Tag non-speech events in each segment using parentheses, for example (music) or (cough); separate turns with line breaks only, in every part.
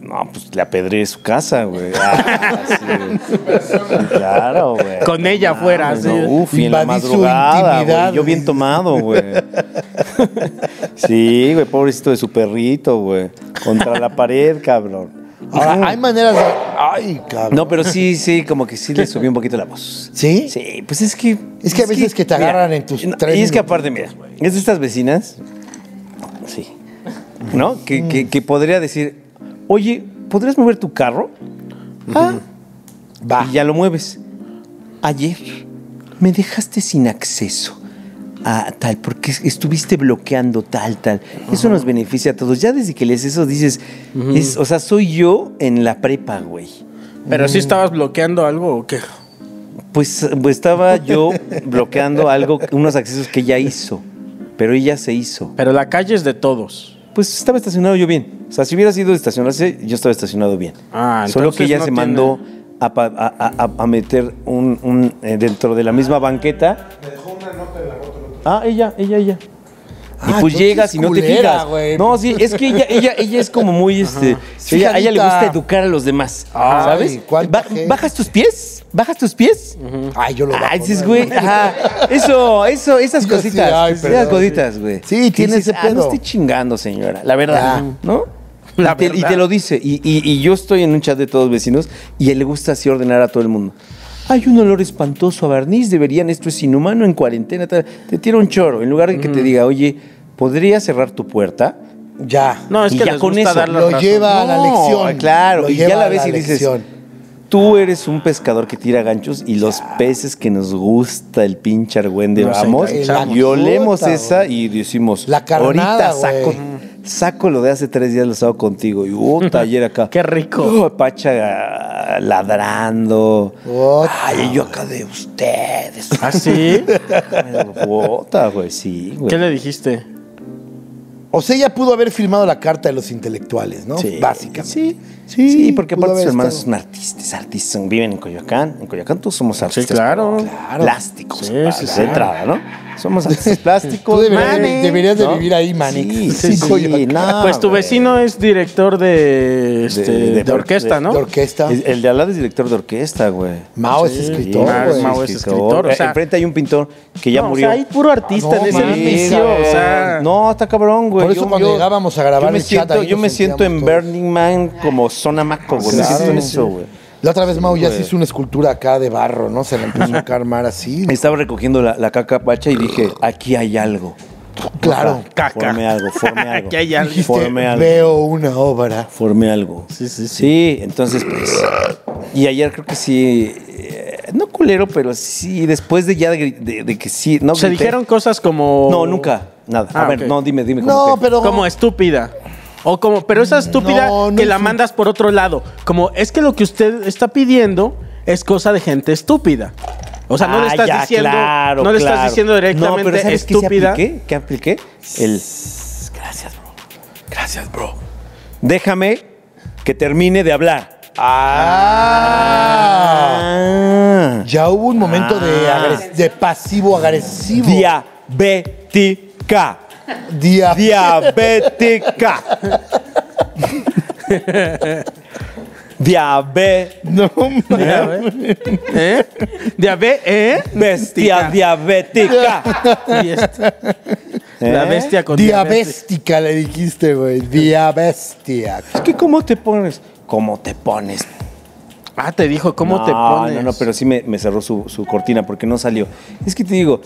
No, pues le apedré su casa, güey. Ah, sí, güey. Sí, claro, güey.
Con ella
Ah,
fuera,
güey,
sí.
no, Uf, y en la
Invadí su
madrugada,
intimidad.
güey. Yo bien tomado, güey. Sí, güey, pobrecito de su perrito, güey. Contra la pared, cabrón.
Ahora, hay maneras de. Ay, cabrón.
No, pero sí, sí, como que sí le subí un poquito la voz.
¿Sí?
Sí, pues es que.
Es que a veces que te agarran en tus
no,
tres
Y es que
minutos,
aparte, mira, es de estas vecinas. Sí. ¿No? Que,
Mm.
que- que podría decir, oye, ¿podrías mover tu carro? Ah,
Va.
Y ya lo mueves. Ayer me dejaste sin acceso a tal, porque es- estuviste bloqueando tal, tal. Eso nos beneficia a todos. Ya desde que lees eso dices, es- o sea, soy yo en la prepa, güey.
Pero si estabas bloqueando algo o qué.
Pues, pues, estaba yo bloqueando algo, unos accesos que ya hizo, pero ella se hizo.
Pero la calle es de todos.
Pues estaba estacionado yo bien. O sea, si hubiera sido estacionarse, yo estaba estacionado bien.
Ah,
Solo
entonces
que ella
no
se
tiene-
mandó a, pa- a- a- a- a meter un, un, eh, dentro de la misma banqueta. Ah, ella, ella, ella.
Ah,
y pues
entonces
llegas y no te
culera,
fijas.
güey.
No, sí, es que ella, ella, ella es como muy este. Ella, a ella le
Fijadita.
gusta educar a los demás.
Ay,
¿Sabes?
cuánta
Ba-
gente.
bajas tus pies, bajas tus pies.
Ay, yo lo bajo,
Ay, Ah, dices,
¿no?
güey, ajá. Eso, eso, esas
(laughs) Yo sí,
cositas.
ay,
esas
perdón,
cositas, güey.
Sí,
Que
tiene
dices,
ese
"Ah, no
pedo".
esté chingando, señora. La verdad,
Ajá. (laughs)
¿no? y, te, y te lo dice. Y, y- y yo estoy en un chat de todos vecinos y a él le gusta así ordenar a todo el mundo. Hay un olor espantoso a barniz, deberían, esto es inhumano, en cuarentena. tal". Te tira un choro. En lugar de que
Mm.
te diga, oye, ¿podrías cerrar tu puerta?
Ya.
No, es
Y
que
ya
les
con
gusta
eso
dar la
lo
razón.
lleva a la
No,
lección.
claro,
Lo
y ya
lleva
la
a
ves y dices,
lección.
Tú eres un pescador que tira ganchos y los peces que nos gusta el pinche argüende
Nos
vamos
enganchamos.
y olemos
Puta,
esa y decimos,
La carnada,
ahorita saco,
güey.
saco lo de hace tres días lo saco contigo y
(laughs)
puta, ayer acá.
Qué rico.
Oh, Pacha ah, ladrando.
Puta,
Ay, yo acá de ustedes. (laughs)
¿Ah, (laughs) sí?
Puta, güey, sí, güey.
¿Qué le dijiste?
O sea, ella pudo haber firmado la carta de los intelectuales, ¿no?
Sí.
Básicamente.
Sí, sí,
Sí,
porque
pudo
aparte sus
haber
hermanos
estado.
son artistas, artistas, son- viven en Coyoacán. En Coyoacán todos somos artistas.
claro.
claro. Plásticos,
Sí,
para-
sí,
de
sí.
entrada, ¿no?
(laughs)
Somos artistas plásticos.
Tú deberías, de-
manes,
deberías de
¿no?
vivir ahí, Manic.
Sí,
Sí,
sí, sí,
Coyoacán.
no,
pues tu
güey.
vecino es director de, este,
de-
de,
de-
orquesta,
de-
¿no?
De orquesta.
Es- El de al lado es director de orquesta, güey.
Mao es
Sí,
escritor,
Mao
güey.
Mao es escritor, o
Eh,
sea-
Enfrente hay un pintor que ya
No,
murió.
O sea, hay puro artista
Ah, no
en ese
mames,
edificio. O sea,
no, está cabrón, güey.
Por eso cuando llegábamos a grabar
yo me
el chat,
siento,
ahí
Yo
nos
me siento en
sentíamos todos.
Burning Man como zona maco, güey. Me
Claro.
siento en eso, güey.
La otra vez Mau ya se hizo una escultura acá de barro, ¿no? Se la empezó a armar así.
Estaba recogiendo la, la caca pacha y dije, aquí hay algo.
Claro.
Caca.
Formé algo, formé algo.
(laughs) Aquí hay algo.
Dijiste,
Formé algo.
veo una obra.
Formé algo.
Sí, sí, sí.
entonces, pues. Y ayer creo que sí. eh, no culero, pero sí, después de ya de, gri- de- de que sí. No
se
grité.
dijeron cosas como.
No, nunca. Nada. a
Ah,
ver,
ok.
no, dime, dime. cómo
No,
que-
pero.
Como estúpida. O como, pero esa estúpida
No, no
que
es
la
un-
mandas por otro lado. Como, es que lo que usted está pidiendo es cosa de gente estúpida. O sea, no le
Ah,
estás
ya,
diciendo.
claro,
no le
claro.
estás diciendo
No,
directamente
pero ¿sabes qué sí
estúpida.
apliqué? ¿Qué apliqué? El. Gracias, bro. Gracias, bro. Déjame que termine de hablar.
¡Ah!
Ah.
Ya hubo un momento de,
Ah.
agres- de pasivo-agresivo.
Diabética.
Día.
(laughs)
Diabética. Diabe.
No, mames.
¿Eh? Diabe- ¿eh?
Bestia diabética.
(laughs) Y este- La
¿Eh?
bestia con diabetes.
Diabéstica le dijiste, güey. Diabéstia.
Es que cómo te pones. ¿Cómo te pones?
Ah, te dijo, ¿cómo
no,
te pones?
No, no, pero sí me, me cerró su, su cortina porque no salió. Es que te digo,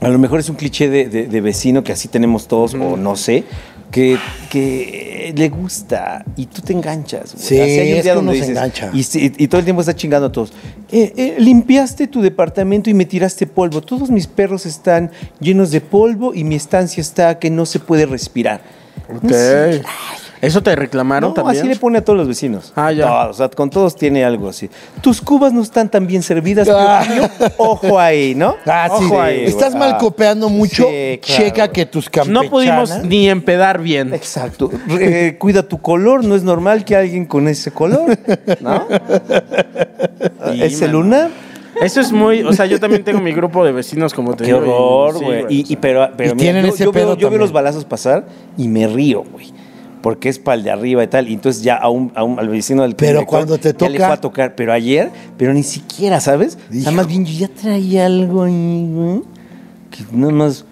a lo mejor es un cliché de, de- de vecino que así tenemos todos, o no sé, que, que le gusta y tú te enganchas. güey.
Sí,
Así hay un
es
día
que
donde
uno se
dices,
engancha.
Y, sí, y todo el tiempo está chingando a todos. "Eh, eh, limpiaste tu departamento y me tiraste polvo. Todos mis perros están llenos de polvo y mi estancia está que no se puede respirar.
Ok. ¿Eso te reclamaron
No,
Ah, también?
así le pone a todos los vecinos.
Ah, ya.
Todos, o sea, con todos tiene algo así. Tus cubas no están tan bien servidas,
Ah.
Pio Pío. Ojo ahí, ¿no?
Ah, sí.
Ojo ahí,
Estás
güey.
mal
Ah.
copeando mucho.
Sí, claro,
Checa
güey.
que tus campechanas...
no pudimos ni empedar bien.
Exacto. Eh, cuida tu color, no es normal que alguien con ese color, ¿no?
Sí,
ese
mano.
lunar.
Eso es muy. O sea, yo también tengo mi grupo de vecinos, como te
Qué
digo. y-
horror,
sí,
güey. y, y pero, pero
Y tienen
yo,
ese
yo veo,
pedo
yo veo los
también.
balazos pasar y me río, güey. porque es pal de arriba y tal. Y entonces ya a un, a un- al vecino del
Pero
director
cuando te
Ya le fue
toca-
a tocar. Pero ayer, pero ni siquiera, ¿sabes?
Hijo.
Nada más bien, yo ya traía algo ahí, güey. Que nada más.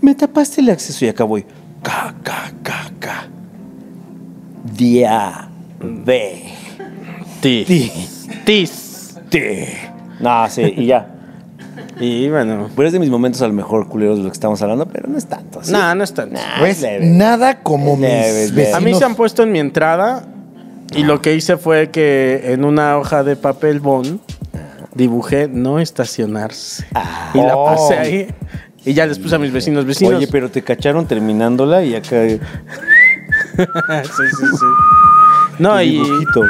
Me tapaste el acceso y acá voy. Ca, ca, ca, ca. Dia.
(laughs)
Ve.
Tis.
Ti.
Tis.
Te. No, sí, y ya.
Y bueno.
Pero es de mis momentos a lo mejor culeros de lo que estamos hablando, pero no es tanto. ¿sí?
Nah, no Ah, es tanto.
Nah,
¿Ves?
leve.
Nada como mis
Leve, leve.
vecinos.
A mí se han puesto en mi entrada y lo que hice fue que en una hoja de papel bond dibujé no estacionarse.
Ah.
y la
Oh.
pasé ahí y ya les puse a mis vecinos, vecinos.
Oye, pero te cacharon terminándola y acá.
(laughs) sí, sí, sí. No,
el
y
dibujito.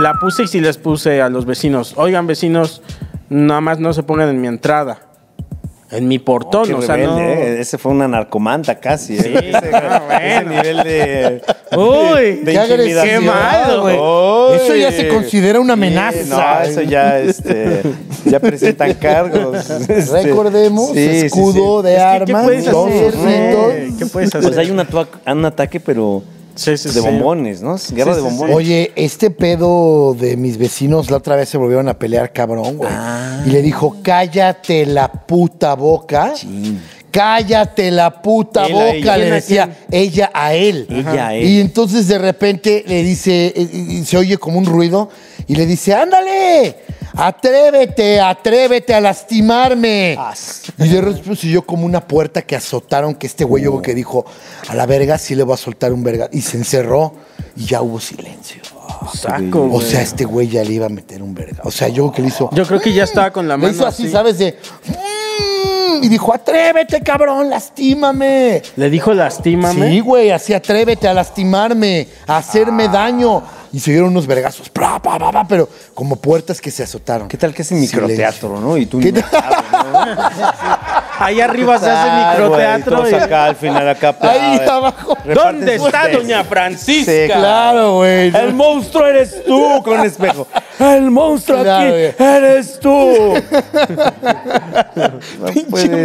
la puse y sí les puse a los vecinos. Oigan, vecinos, nada más no se pongan en mi entrada. En mi portón,
Oh, Qué
o sea,
rebelde,
no.
¿eh? Ese fue una narcomanta casi. ¿eh?
Sí,
ese,
no,
ese
bueno.
nivel de.
Uy,
eh. (laughs) de
Qué agresivo,
intimidación.
malo, güey.
Uy.
Eso ya se considera una amenaza.
no, eso ya, este, ya presentan cargos.
(laughs)
Este,
Recordemos,
sí, sí, sí.
escudo de
Es que, ¿qué
armas.
puedes
dos
hacer,
ositos.
güey? ¿Qué puedes
Pues
hacer?
hay un, atua- un ataque, pero
Sí, sí,
de
sí.
bombones, ¿no? Guerra
Sí,
de
sí, sí.
bombones.
Oye, este pedo de mis vecinos la otra vez se volvieron a pelear cabrón, güey.
Ah.
Y le dijo, cállate la puta boca. Cállate la puta
Él a
boca,
ella.
le
¿Quién a
decía ella a él.
Ella a él.
Y entonces de repente le dice, eh, y- y se oye como un ruido, y le dice, ándale, atrévete, atrévete a lastimarme.
As-
Y de repente se oyó como una puerta que azotaron, que este güey hubo que dijo, a la verga sí le voy a soltar un verga. Y se encerró y ya hubo silencio.
Saco,
O
güey.
sea, este güey ya le iba a meter un verga. O sea, yo creo que le hizo...
Yo creo que ya estaba con la
Le
mano
hizo así,
así.
¿sabes? De... "Mm", Y dijo, atrévete, cabrón, lastímame.
Le dijo lastímame.
Sí, güey, así atrévete a lastimarme, a
Ah.
hacerme daño. Y se dieron unos vergazos, pra, pa, pa, pa, pero como puertas que se azotaron.
¿Qué tal que es en microteatro, no? Y tú
¿Qué
ni-
tal?
Ahí arriba se
Ah,
hace
güey,
microteatro.
todos
y-
acá al final, (laughs) acá.
(laughs) Ahí
aplauden.
abajo.
Reparten
¿Dónde
sus
está
tesis.
doña Francisca?
Sí,
Claro, güey.
El monstruo eres tú con espejo. El monstruo
Claro,
aquí
güey.
eres (laughs) tú.
Pinche
puede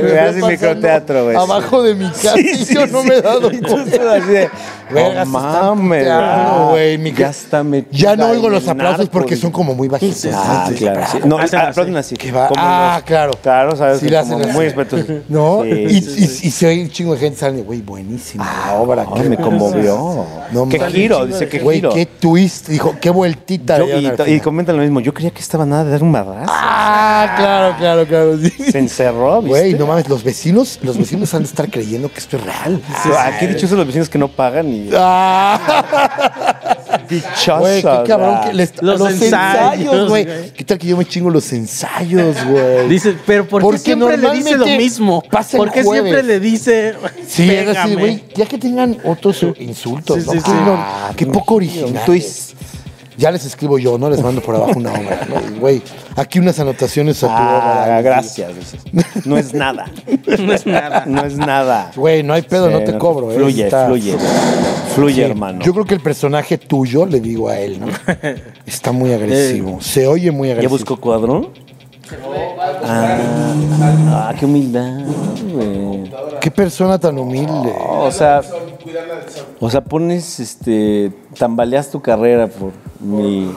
ser,
que
güey,
fue
hace
pasando
microteatro, güey.
Abajo de mi casa y (laughs) yo no me
(laughs)
he dado cuenta. Verga,
No
se están
mames,
puteando, güey, mi-
güey. Ya está metido.
Ya no oigo los aplausos porque son como muy bajitos.
Ah,
Entonces,
claro. sí. No,
Hacen así.
aplauden así.
¿qué va?
como
Ah,
los-
claro.
Claro, sabes,
Sí,
que
le
como
hacen así.
muy respetuosos.
(laughs) ¿No?
Sí,
y,
sí,
y- y se oye un chingo de gente sale, güey, buenísima la obra.
Ay,
qué-
me conmovió.
No
qué
mames.
giro, dice qué
Güey,
giro.
qué twist, dijo, qué vueltita.
Yo-
le dieron
y,
al
to- y
final.
comentan lo mismo. Yo creía que estaba nada de dar un madrazo.
Ah, claro, claro, claro. sí.
Se encerró, ¿viste?
Güey, no mames, los vecinos, los vecinos han de estar creyendo que esto es real.
Ah, qué dichosos los vecinos que no pagan y dichosos.
Ah, Güey, qué cabrón
ah.
que les-
Los
los,
ensayos,
ensayos,
güey.
güey. ¿Qué tal que yo me chingo los ensayos, güey?
Dice, pero ¿por qué
Porque
siempre le dice lo
normalmente
mismo?
pasa el
¿Por qué
jueves.
siempre le dice
Sí, es así,
"Pégame"? (laughs)
güey. Ya que tengan otros insultos,
Sí,
¿no?
sí,
Qué
sí.
no- qué poco original.
Tú y-
Ya les escribo yo, no les mando por abajo una obra. ¿no? Güey, aquí unas anotaciones a tu
Ah,
obra.
gracias. dices. No es nada.
No es
(laughs)
nada.
No es nada.
Güey, no hay pedo,
Sí,
no te cobro. ¿eh?
Fluye,
Está-
fluye. Fluye,
Sí,
hermano.
Yo creo que el personaje tuyo, le digo a él, ¿no? Está muy agresivo. Se oye muy
¿Ya
agresivo.
buscó cuadro? Ah, ah, qué humildad, güey.
Qué persona tan humilde.
O sea, o sea, pones, este, tambaleas tu carrera por mi,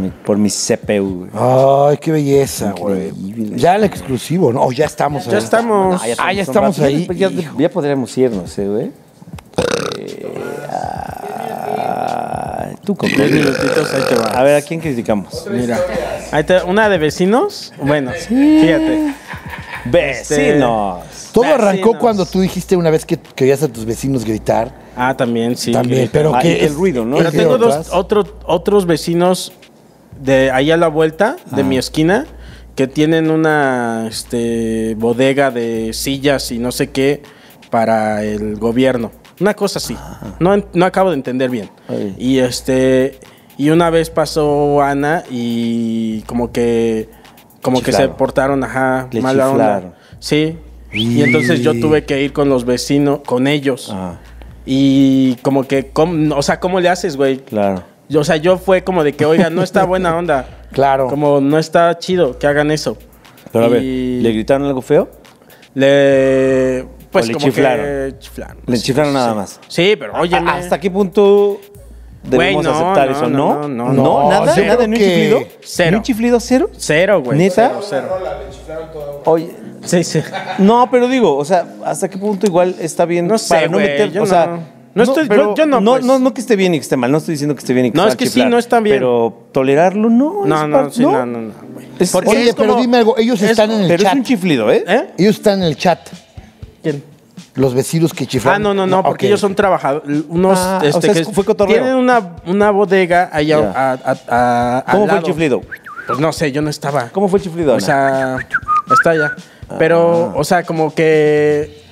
mi- por mi CPU, güey.
Ay, qué belleza, güey.
Increíble.
Ya el exclusivo, ¿no? O ya estamos
Ya
ahí.
estamos.
Ah, ya,
Ah, ya
son
estamos
ratos.
ahí.
Ya,
Hijo.
ya podríamos irnos, ¿eh, güey? Eh, ah, tú con
Dos minutitos, ahí te va.
A ver, ¿a quién criticamos?
Mira. Ahí te- una de vecinos. Bueno, fíjate.
Vecinos.
Todo arrancó
Vecinos.
cuando tú dijiste una vez que, que oías a tus vecinos gritar.
Ah, también, sí.
También,
que-
pero
Ah, y
que
el ruido, ¿no?
Pero
¿qué
tengo dos,
atrás.
otro, otros vecinos de ahí a la vuelta, de
Ah.
mi esquina, que tienen una este, bodega de sillas y no sé qué para el gobierno. Una cosa así. No, en- no acabo de entender bien.
Ah. Ay.
Y este. Y una vez pasó Ana y como que. Como que se
Chiflaron.
portaron, ajá,
Le
mala
chiflaron.
onda. Sí. Y entonces yo
Y-
tuve que ir con los vecinos, con ellos.
Ah,
Y como que, com- o sea, ¿cómo le haces, güey?
claro.
Yo- O sea, yo fue como de que, oiga, no está buena onda.
Claro.
Como no está chido que hagan eso.
Pero a ver,
Y
¿le gritaron algo feo?
le- pues
¿O le
como
chiflaron?
que chiflaron.
Le
Sí,
chiflaron nada
sí.
más.
Sí, pero oye,
¿A- ¿Hasta qué punto debemos
Güey, no,
aceptar
no,
eso?
no,
¿No?
no, no,
no.
nada,
Cero
nada, ni un
que-
chiflido.
cero.
¿Ni un chiflido cero?
Cero, güey.
¿Neta?
Cero, cero.
Oye,
Sí, sí.
no, pero digo, o sea, ¿hasta qué punto igual está bien
No sé,
para no
güey,
meter,
yo
o sea,
no. No estoy- yo-
pero
yo no,
no,
pues.
no, no que esté bien y que esté mal, no estoy diciendo que esté bien y que
No,
esté
es que
mal
sí, no está bien.
Pero tolerarlo no
No,
es
no,
par-
sí, no, no, no, güey.
Es-
Porque
oye,
Oye,
es
pero
como-
dime algo. Ellos
es-
están en el
pero es
chat.
un chiflido, ¿eh?
¿Eh?
Ellos están en el chat.
¿Quién?
Los vecinos que
Ah,
chiflan.
no, no, no, porque
ok.
ellos son trabajadores, unos,
Ah, o
este,
sea,
que
es- fue cotorreo.
tienen una, una bodega allá
Ya.
a, a- a- al
¿Cómo fue el
lado.
chiflido?
Pues no sé, yo no estaba.
¿Cómo fue el chiflido?
O
Ana?
sea, está allá. Pero,
Ah.
o sea, como que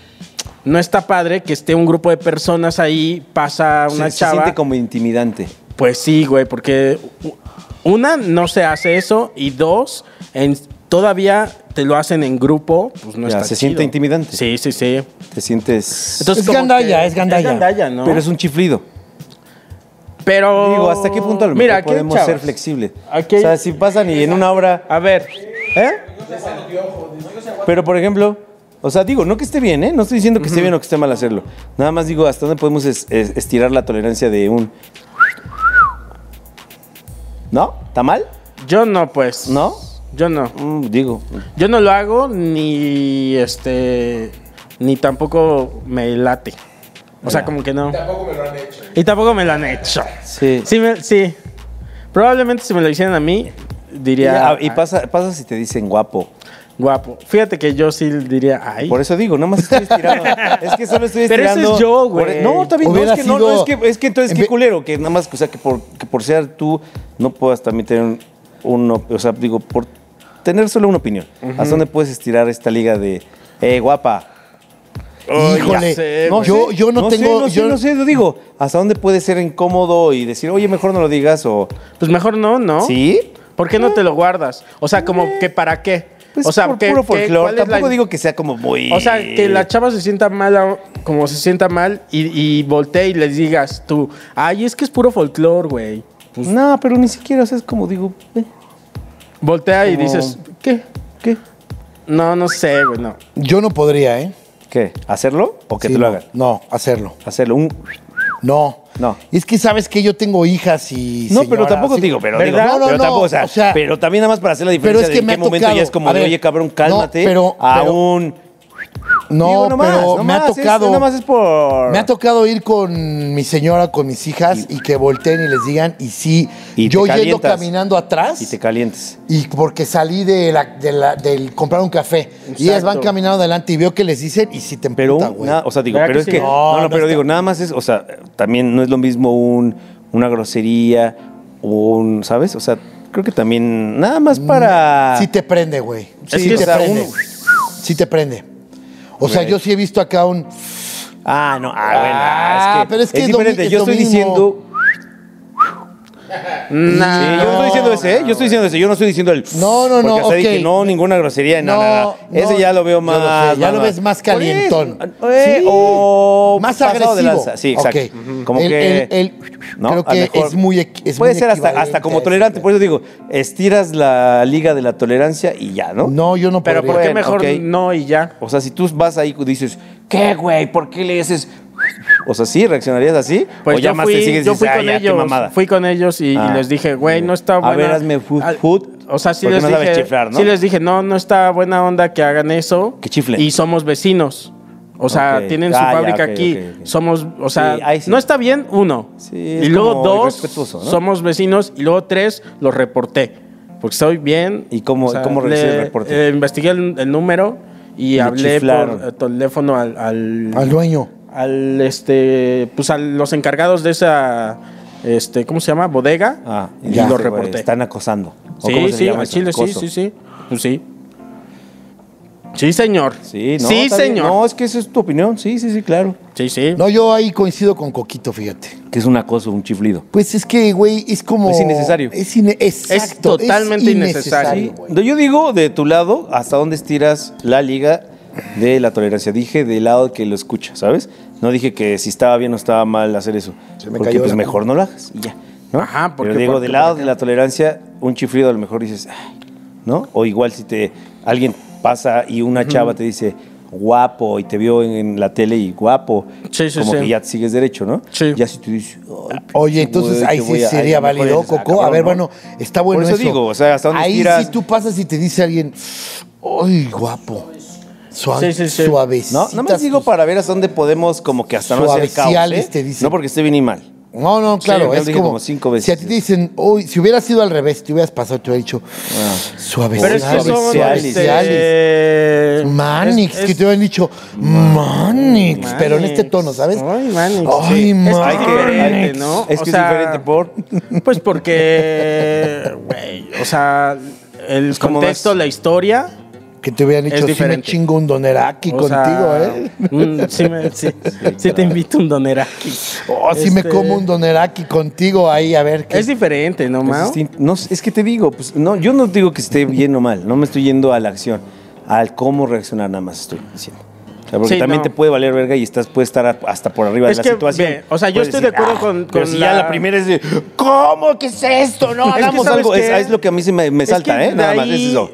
no está padre que esté un grupo de personas ahí, pasa
Se-
una
se,
chava.
siente como intimidante.
Pues sí, güey, porque u- una, no se hace eso, y dos, en- todavía te lo hacen en grupo, pues no
Ya,
está
se
chido.
siente intimidante.
Sí, sí, sí.
Te sientes.
Es
como
gandalla,
que-
es gandalla.
Es gandalla, ¿no?
Pero es un chiflido.
Pero.
Digo, ¿hasta qué punto a lo
Mira,
mejor
aquí,
podemos
chavas,
ser flexibles?
aquí-
O sea, si pasan y en una hora.
A ver. ¿Eh?
Pero por ejemplo, o sea, digo, no que esté bien, ¿eh? No estoy diciendo que esté bien o que esté mal hacerlo. Nada más digo, ¿hasta dónde podemos es- es- estirar la tolerancia de un. ¿No? ¿Está mal?
Yo no, pues.
¿No?
Yo no.
Mm, digo.
Yo no lo hago ni este ni tampoco me late. O sea,
Ya.
como que no. Y tampoco me lo han hecho.
Sí.
Sí, me- sí. Probablemente si me lo hicieran a mí
Y,
diría
ah, y pasa, pasa si te dicen guapo.
"Ay, guapo. Fíjate que yo sí diría ay.
Por eso digo, nada más estoy
(laughs)
estirando. es que solo estoy
Pero
estirando.
ese es yo, güey.
Por- e- No, está bien, no,
Hubiera
es que no,
sido-
no, es que, es que entonces
en
qué
ve-
culero, que nada más, o sea, que por, que por ser tú no puedas también tener un- uno, o sea, digo, por tener solo una opinión. ¿Hasta dónde puedes estirar esta liga de, eh, guapa?
Ay, ya
Híjole.
sé,
No,
güey.
yo- no
sé,
tengo-
no sé,
yo-
no sé, lo digo, ¿hasta dónde puede ser incómodo y decir, oye, mejor no lo digas o.
Pues mejor no, ¿no?
e- ¿Sí? Eh,
¿Por qué no te lo guardas? O sea, como que para qué?
Pues
o sea,
por
¿qué-
puro
qué-
folclore.
cuál es la-
Tampoco digo que sea como muy.
O sea, que la chava se sienta mal, como se sienta mal, y, y voltee y les digas tú, ay, es que es puro folclore, güey. Pues,
No, pero ni siquiera, o sea, es como digo, eh,
voltea y
Como-
dices, ¿qué?
¿qué?
No, no sé, güey, no.
Yo no podría, ¿eh?
¿Qué? ¿Hacerlo o que
Sí,
te lo
no.
hagan?
No, hacerlo.
Hacerlo. Un...
No.
No.
Es que sabes que yo tengo hijas y.
No, pero
señoras,
tampoco
así-
digo, pero
¿Verdad?
digo,
No, no,
pero
no,
tampoco, o sea,
o sea,
pero también nada más para hacer la
pero
diferencia
es que
de en
me
qué
ha
momento ya
tocado.
es como,
A
de,
ver,
oye, cabrón,
no,
cálmate,
pero-
a
pero-
un...
No,
Digo,
pero
no
me ha
más, es-
tocado.
nada más es por...
Me ha tocado ir con mi señora, con mis hijas y, que volteen y les digan, y sí,
Y te
yo yendo
calientas.
caminando atrás
Y
y,
te calientes.
porque salí de la, de la- del comprar un café y ellas van
Exacto.
caminando adelante y veo que les dicen y sí te
Pero,
emputa,
un-
güey.
nada- o sea, digo,
¿Verdad
pero
que
es
sí?
que...
No,
No, no,
no
pero
está-
digo, nada más es, o sea, también no es lo mismo un, una grosería o un, ¿sabes? O sea, creo que también nada más para...
Sí Mm, te prende, güey.
Es
sí
que, o
te
sea,
prende.
uno-
Sí te prende. O sea,
Güey.
yo sí he visto acá un...
Ah, no, ah, bueno,
Ah,
ah, es que
pero es que
es
es lo mi-
diferente.
es
Yo
lo
estoy
mismo.
diciendo
Nah.
Sí, yo no estoy diciendo ese, ¿eh? Yo estoy diciendo ese, yo no estoy diciendo el.
No, no, no,
Porque, o sea,
ok.
dije, no, ninguna grosería, no,
No,
nada. Ese
no,
ya lo veo
yo lo
más.
sé, ya lo
más-
ves más
Por eso,
calientón.
eh,
Sí.
O
más
pasado
agresivo.
de lanza. Sí, exacto.
Ok.
Ujú. Como
El-
que.
el- el-
¿no?
Creo
A
que
mejor.
es muy equi- es
Puede
muy
ser hasta, hasta como
equivalente a
tolerante,
eso. ¿eh?
por eso digo, estiras la liga de la tolerancia y ya, ¿no?
No, yo no
Pero
podría.
¿por qué
Bueno,
mejor
ok.
no y ya?
O sea, si tú vas ahí y dices, ¿qué, güey? ¿Por qué le dices? O sea, ¿sí? ¿Reaccionarías así? o ya más te sigues y
Pues yo
dices,
fui
"Ah,
con
ya, qué
ellos,
mamada.
fui con ellos y, y
Ah.
les dije, güey, no está
A
buena.
ver, hazme food,
Ah,
food,
O sea, sí
porque
les
no sabes
dije,
chiflar, ¿no?
sí les dije, no, no está buena onda que hagan eso.
Que chiflen.
Y somos vecinos. O sea,
Ok.
tienen
Ah,
su
ya,
fábrica
ok,
aquí.
ok, ok.
Somos, o sea,
Sí, ahí sí.
no está bien, uno.
Sí,
y
es
luego
como
dos,
irrespetuoso, ¿no?
somos vecinos. Y luego tres, los reporté. Porque estoy bien.
¿Y cómo- cómo recibes el reporte?
eh, investigué el, el número y
Le
hablé
chiflaron.
por eh, teléfono al- al,
Al dueño.
al este pues a los encargados de esa este cómo se llama bodega
Ah,
y
ya,
lo
güey,
reporté
Están acosando. ¿O cómo
sí
se
sí
llama
a
eso?
Chile sí
Acoso.
sí sí pues sí sí señor
Sí, no,
sí
está bien.
señor
No, es que esa es tu opinión. Sí, sí, sí, claro.
sí sí
No, yo ahí coincido con Coquito, fíjate.
Que es un acoso, un chiflido.
Pues es que, güey, es como.
Es innecesario.
Es, ine- exacto,
Es totalmente innecesario.
Sí. Yo digo, de tu lado, hasta dónde estiras la liga de la tolerancia. Dije del lado que lo escucha, ¿sabes? No dije que si estaba bien o estaba mal hacer eso.
Se me
porque
cayó
pues
la-
mejor no lo hagas y ya. ¿no?
Ajá, porque-
Pero digo,
porque-
del lado
porque-
de la tolerancia, un chiflido a lo mejor dices, "Ay", ¿no? O igual si te alguien pasa y una chava te dice, guapo y te vio en, en la tele y guapo,
Sí, sí,
como
sí.
que ya te sigues derecho, ¿no?
Sí.
Ya si tú dices, "Ay,
Oye,
pinche
entonces
güey,
ahí
que
sí
voy a-
sería
ay, a lo mejor
válido,
eres- ah,
Coco. a
cabrón,
ver,
¿no?
bueno, está bueno
Por eso digo, o sea, ¿hasta dónde
Ahí
tiras?
sí tú pasas y te dice alguien, ¡ay, guapo! Suave,
Sí, sí, sí.
suavecita
No, no me digo
tus-
para ver hasta dónde podemos como que hasta no hacer caos,
pues, Suaveciales,
¿eh?
te dicen.
No porque esté bien y mal.
No, no,
Sí,
claro,
yo
es
dije
como,
como cinco veces.
Si a ti te dicen, uy, si hubiera sido al revés, te hubieras pasado, te hubiera dicho,
Ah.
suavecita.
Pero es que son
Suaveciales.
este,
Manix,
es-
que
es-
te hubieran dicho, Manix, pero en este tono, ¿sabes?
Ay, Manix.
Ay,
Es que
Manix.
Hay que, hay que-
¿no?
Es
O
que
sea,
es diferente por...
Pues porque, güey, o sea, el
como
contexto,
más-
la historia.
Que te hubieran
Es
dicho, sí me
diferente.
chingo un doneraki
o
contigo,
sea,
¿eh?
mm, sí, me- sí, sí te invito un doneraki.
Oh, si me
Este,
como un doneraki contigo ahí, a ver qué.
Es diferente, ¿no,
Pues, Es
Mao?
distinto. No, es que te digo, pues no, yo no digo que esté bien o mal, no me estoy yendo a la acción, al cómo reaccionar nada más estoy diciendo. O sea, porque
Sí,
también
no.
te puede valer verga y estás puede estar a- hasta por arriba
Es
de la
que,
situación.
ve, o sea, yo
Puedes "Ah,
estoy de acuerdo con-
pero
con
si ya
la-
la primera es de ¿Cómo que es esto? No,
Es que,
hagamos
¿sabes
algo. Es,
qué?
es lo que a mí se me, me
Es
salta,
que
¿eh?
de
Nada más es
ahí-
eso.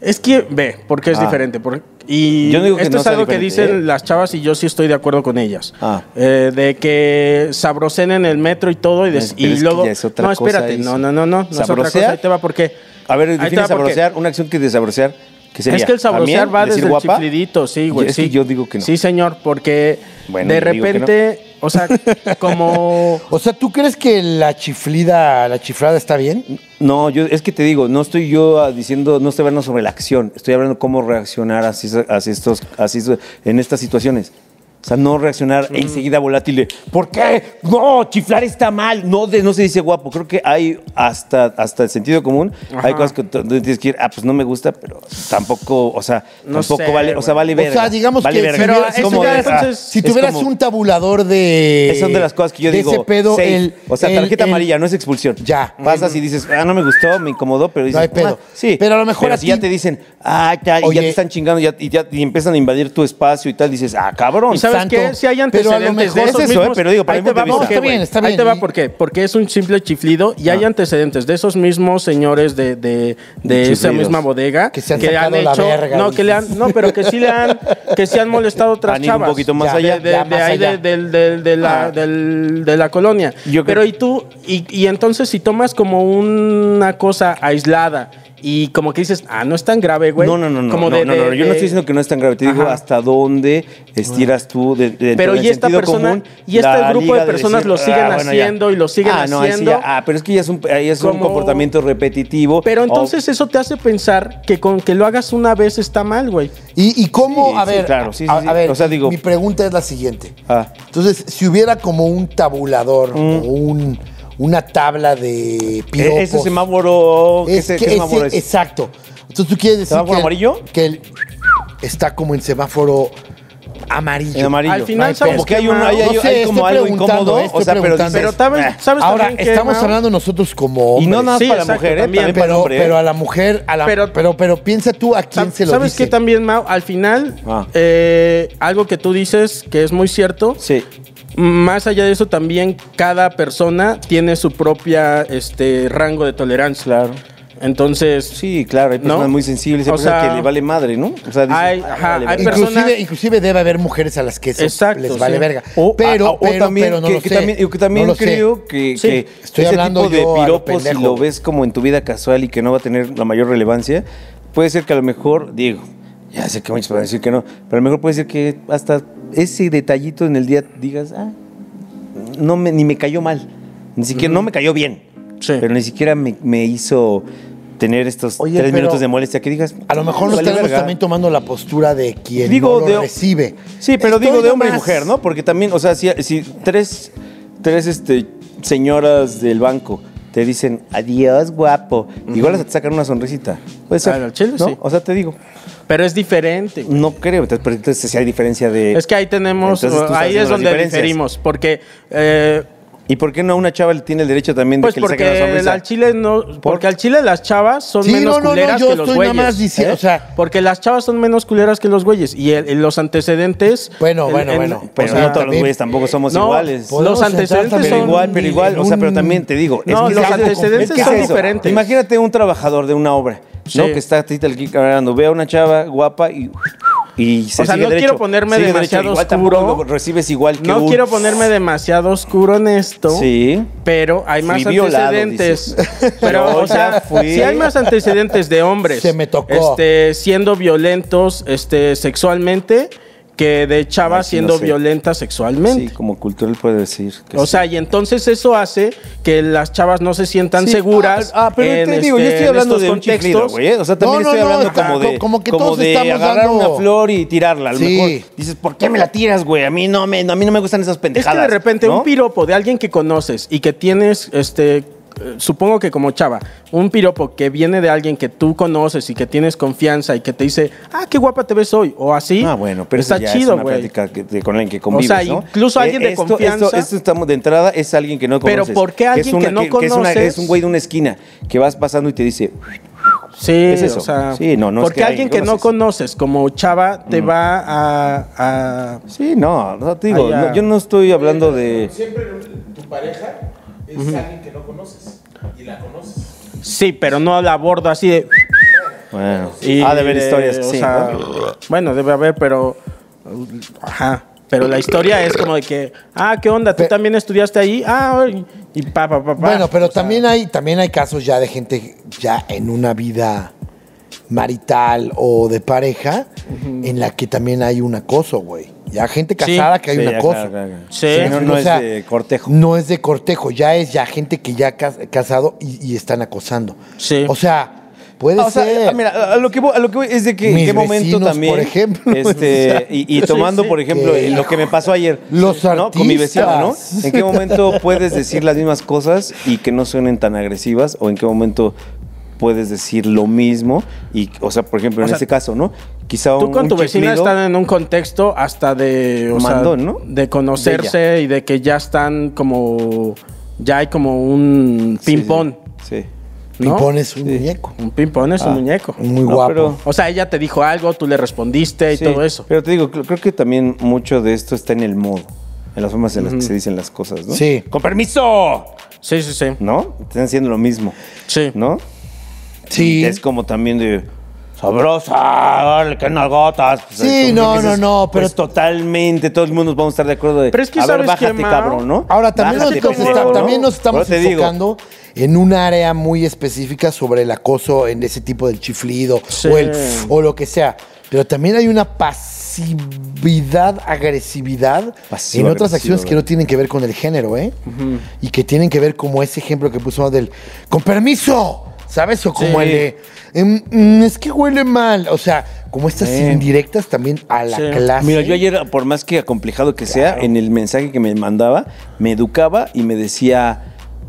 Es que, ve, porque es
Ah.
diferente. por- y
Yo no digo que
esto
no
es
sea
algo que
diferente,
dicen
¿eh?
las chavas y yo sí estoy de acuerdo con ellas.
Ah.
Eh, de que sabrocen en el metro y todo y, des-
Pero
y
es que
luego...
ya es otra
no,
cosa
espérate,
eso.
no, no, no, no. no es otra
¿Sabrosear?
cosa, ahí te va porque...
A ver,
ahí te
define
va porque-
sabrosear, una acción que desabrosear, que sería
Es que el sabrosear
¿También?
va
¿Decir
desde el
guapa?
chiflidito, sí, güey.
Es
sí.
que yo digo que no.
Sí, señor, porque
Bueno,
de
yo digo que no.
repente, o sea,
(laughs)
como...
O sea, ¿tú crees que la chiflida, la chiflada está bien?
No, yo es que te digo, no estoy yo ah, diciendo, no estoy hablando sobre la acción, estoy hablando cómo reaccionar hacia, hacia estos, hacia estos- en estas situaciones. O sea, no reaccionar
Mm.
enseguida volátil de, ¿por qué? No, chiflar está mal, no, de- no se dice guapo. Creo que hay hasta, hasta el sentido común, hay cosas que t- tienes que ir, ah, pues no me gusta, pero tampoco, o sea,
No
tampoco
sé,
vale, o sea, vale
güey.
verga.
o sea, digamos
vale
que
verga.
si,
Pero
hubiera-
Es
si
eso
como de,
ya
tuvieras,
ah,
entonces-
si
es
tuvieras
como-
un tabulador
Eh,
de.
Esas son de las cosas que yo
de
digo.
Ese pedo,
safe.
el-
o sea,
el-
tarjeta
el-
amarilla, no es expulsión.
Ya.
Pasas y dices, ah, no me gustó, me incomodó, pero dices,
hay pedo.
"Ah, sí.
Pero a lo mejor a
si
ti-
ya te dicen, ah, ya, y
Oye.
ya te están chingando ya- y, ya, y empiezan a invadir tu espacio y tal, dices, ah, cabrón.
¿Y sabes
santo.
qué? Si hay
Pero
antecedentes
a lo
de
mejor-
esos
Es eso, ¿eh?
mismos,
Pero digo, para
ahí
mi
te
punto
va
de
por
vista.
qué,
Está bien,
güey.
está
Ahí
bien.
te va
Y- Ah.
por qué. Porque es un simple chiflido y hay antecedentes de esos mismos señores de, de, de esa
Chiflidos.
misma bodega
Que se han sacado la verga,
no,
dices.
que le han, no, pero que sí le han, que sí han molestado otras
Han ido un
chavas.
poquito más
Ya,
allá.
de, de-
Ya,
de
más
ahí de,
allá.
del- del- de la,
Ah.
del- de la colonia.
Yo creo-
pero y tú, y, y entonces si tomas como una cosa aislada y como que dices, ah, no es tan grave, güey.
no, no, no, no,
Como
no,
de-
no, no,
de-
yo no
de-
estoy diciendo que no es tan grave, te digo
Ajá.
hasta dónde estiras tú de, de-
Pero
dentro del
y esta
sentido
persona-
común,
y este
la
grupo de
liga "Ah,
personas lo siguen
ya".
haciendo y lo siguen
ah, no, ahí sí
haciendo.
ya- ah, pero es que ya es un, ahí es un
Como-
comportamiento repetitivo.
Pero
o-
entonces eso te hace pensar que con que lo hagas una vez está mal, güey.
¿Y, y cómo?
Sí,
a
sí,
ver,
claro, sí, sí,
a,
sí.
a ver,
O sea, digo-
mi pregunta es la siguiente.
Ah.
Entonces, si hubiera como un tabulador o un, una tabla de
Eh,
piropos.
Ese es semáforo. ¿qué
Es
se-
que
¿Qué semáforo
ese-
es?
Exacto. Entonces tú quieres decir
¿Semáforo
que el-
amarillo?
que el está como en semáforo amarillo.
En amarillo.
Al final,
Ay,
¿sabes
como que
qué,
hay, un,
Mau?
hay, hay-
No sé,
hay como
estoy
algo
preguntando,
incómodo.
eh,
o
estoy
sea, pero
preguntando.
dices,
Pero sabes,
"Ah".
sabes
Ahora,
también que,
estamos
Mau,
hablando nosotros como
Y
hombres.
no nada más
Sí,
para la
exacto,
mujer, ¿eh?
también.
También, para el
pero,
hombre. ¿eh?
pero a la mujer, a la, pero,
Pero-
pero, piensa tú a quién
sab-
se lo
¿Sabes
dice.
qué también, Mau? Al final,
Ah.
eh, algo que tú dices que es muy cierto.
Sí.
Más allá de eso, también cada persona tiene su propia este, rango de tolerancia.
Claro.
Entonces,
Sí, claro, hay personas
¿No?
muy sensibles, hay
O
personas
sea,
que le vale madre, ¿no? O sea, dicen,
hay-
"Ah,
ajá,
vale
hay
verga".
personas-
Inclusive, inclusive debe haber mujeres a las que eso
Exacto,
les vale
sí.
verga.
O-
pero,
ah, o
pero,
también,
pero no
que,
lo
que
sé.
también, yo que también
No lo sé.
creo que,
Sí,
que
estoy hablando
tipo de
yo a lo
piropos, si
pendejo.
lo ves como en tu vida casual y que no va a tener la mayor relevancia, puede ser que a lo mejor, digo, ya sé que muchos van a decir que no, pero a lo mejor puede ser que hasta ese detallito en el día digas, ah, no me, ni me cayó mal, ni siquiera, no me cayó bien,
Sí.
pero ni siquiera me, me hizo tener estos
Oye,
tres
pero-
minutos de molestia que digas.
A lo mejor
"Me
nos
valió
estamos
verga".
también tomando la postura de quien
Digo,
no lo
de-
recibe.
Sí, pero
Estoy
digo de hombre
nomás-
y mujer, ¿no? Porque también, o sea, si, si tres, tres este, señoras del banco te dicen adiós, guapo, igual hasta te sacan una sonrisita. Puede ser.
Ah, al chile,
¿no?
sí.
O sea, te digo,
pero es diferente. güey.
no creo. Entonces, pero entonces, si hay diferencia de.
Es que ahí tenemos,
Entonces, tú estás
ahí
haciendo
es
las
donde
diferencias.
diferimos, porque eh,
¿Y por qué no a una chava le tiene el derecho también
Pues
de que le saquen una
porque
sonrisa?
al Chile no, porque al Chile las chavas son
Sí,
menos
no, no, no,
culeras
yo
que los
estoy nada
güeyes.
más diciendo,
¿eh?
o sea-
porque las chavas son menos culeras que los güeyes y el- el- los antecedentes.
Bueno,
en-
bueno,
en-
bueno.
Pero
o sea,
no todos los
también-
güeyes tampoco somos
no,
iguales.
pues, Los antecedentes
Pero
son-
igual, pero igual, o sea, pero también te digo,
No, los
eso-
antecedentes
es
son
eso.
diferentes.
Imagínate un trabajador de una obra, ¿no?
Sí.
Que está ahorita aquí caminando, ve a una chava guapa y Y se
O sea,
sigue
no
derecho.
quiero ponerme
Sigue derecho,
demasiado
igual tampoco
oscuro.
lo recibes igual que
No
un-
quiero ponerme demasiado oscuro en esto.
Sí.
Pero hay más
Fui violado,
antecedentes.
dices.
(laughs) Pero,
Yo
o sea,
ya fui.
sí hay más antecedentes de hombres.
Se me tocó.
Este, siendo violentos este, sexualmente que de chavas
sí,
siendo
no sé.
violenta sexualmente.
Sí, como cultural puede decir. que
O
sí.
sea, y entonces eso hace que las chavas no se sientan
Sí,
seguras.
Ah, ah, pero
en,
te digo, yo
este,
estoy
en
hablando
estos
de un chiflido, güey. ¿eh? O sea, también
No, no,
estoy
no,
hablando
ah,
ajá,
como
co-
de.
como que todos
de
estamos
agarrar
dando-
una flor y tirarla. A lo
Sí.
mejor dices, ¿por qué me la tiras, güey? A mí no me, a mí no me gustan esas
Es que
pendejadas.
de repente
¿no?
un piropo de alguien que conoces y que tienes, este, eh, supongo que como chava, un piropo que viene de alguien que tú conoces y que tienes confianza y que te dice, ah, qué guapa te ves hoy, o así.
Ah, bueno, pero
está
eso ya es
chido,
una
güey.
plática que- de- con alguien que convives,
O sea,
¿no? Eh,
incluso alguien de
esto-
confianza.
Esto, esto estamos de entrada es alguien que no
Pero
conoces.
¿por qué alguien
es
que no
es una-
conoces?
es un güey de una esquina que vas pasando y te dice,
Sí,
es eso.
o sea,
Sí, no, no es
porque
que
alguien que no conoces como chava te
Mm.
va a, a-
sí, no, no te digo,
Ah, ya.
no, yo no estoy hablando de.
Siempre tu pareja es alguien que no conoces y la conoces.
Sí, pero no la abordo así de...
Bueno,
Y
ha de haber historias que
o
sí,
sea,
¿no?
Bueno, debe haber, pero. Ajá. Pero la historia es como de que, ah, ¿qué onda? ¿Tú
Pe-
también estudiaste ahí? Ah, y- y pa, pa, pa, pa.
Bueno, pero
O sea,
también hay, también hay casos ya de gente ya en una vida marital o de pareja en la que también hay un acoso, güey. Ya gente
Sí,
casada que hay
Sí,
un
ya,
acoso.
claro, claro, claro.
Sí.
Sí, no, no
O sea,
es de cortejo.
No es de cortejo, ya es ya gente que ya cas- casado y, y están acosando.
Sí.
O sea, puede
Ah, o sea,
ser.
ah, mira, a lo, que voy, a lo que voy es de que en
Mis
qué momento
vecinos,
también.
por ejemplo.
este,
(laughs) O sea,
y, y tomando, por ejemplo,
que-
lo que me pasó ayer.
Los
¿no? Con mi vecina, ¿no?
artistas.
¿En qué momento puedes decir las mismas cosas y que no suenen tan agresivas? ¿O en qué momento puedes decir lo mismo? Y, o sea, por ejemplo,
O
en
sea,
este caso, ¿no? Quizá un.
Tú con
un
tu vecina
chiflido-
están en un contexto hasta de. O sea,
Mandón, ¿no?
De conocerse y de que ya están como. Ya hay como un
Sí, sí,
ping-pong.
Sí. Ah,
¿no?
Pipón es un muñeco.
Un ping-pong es un muñeco.
Muy
No,
guapo.
pero-
O sea, ella te dijo algo, tú le respondiste y
Sí,
todo eso.
Pero te digo, cre- creo que también mucho de esto está en el modo, en las formas en las que se dicen las cosas, ¿no?
Sí.
¡Con permiso!
Sí, sí, sí.
¿No? Están haciendo lo mismo,
Sí.
¿no?
Sí.
Es como también de. Sabrosa, dale, que no agotas. Pues,
Sí,
ahí,
no,
como que
no, no, pero-
Pues totalmente, todos vamos a estar de acuerdo de.
Pero es que
a ver,
¿sabes qué,
bájate,
Mao?
cabrón, ¿no?
Ahora, también,
Bájate,
nosotros
pendejo,
está-
¿no?
también nos estamos
Ahora te digo,
enfocando en un área muy específica sobre el acoso en ese tipo del chiflido
Sí.
o, el, o lo que sea. Pero también hay una pasividad, agresividad
Pasivo,
en otras
agresivo,
acciones que
¿verdad?
no tienen que ver con el género, ¿eh? Y que tienen que ver como ese ejemplo que puso del con permiso, ¿sabes? O como
Sí.
el de "Em, mm, es que huele mal. O sea, como estas
Eh.
indirectas también a la
Sí.
clase.
Mira, yo ayer, por más que acomplejado que sea, en el mensaje que me mandaba, me educaba y me decía,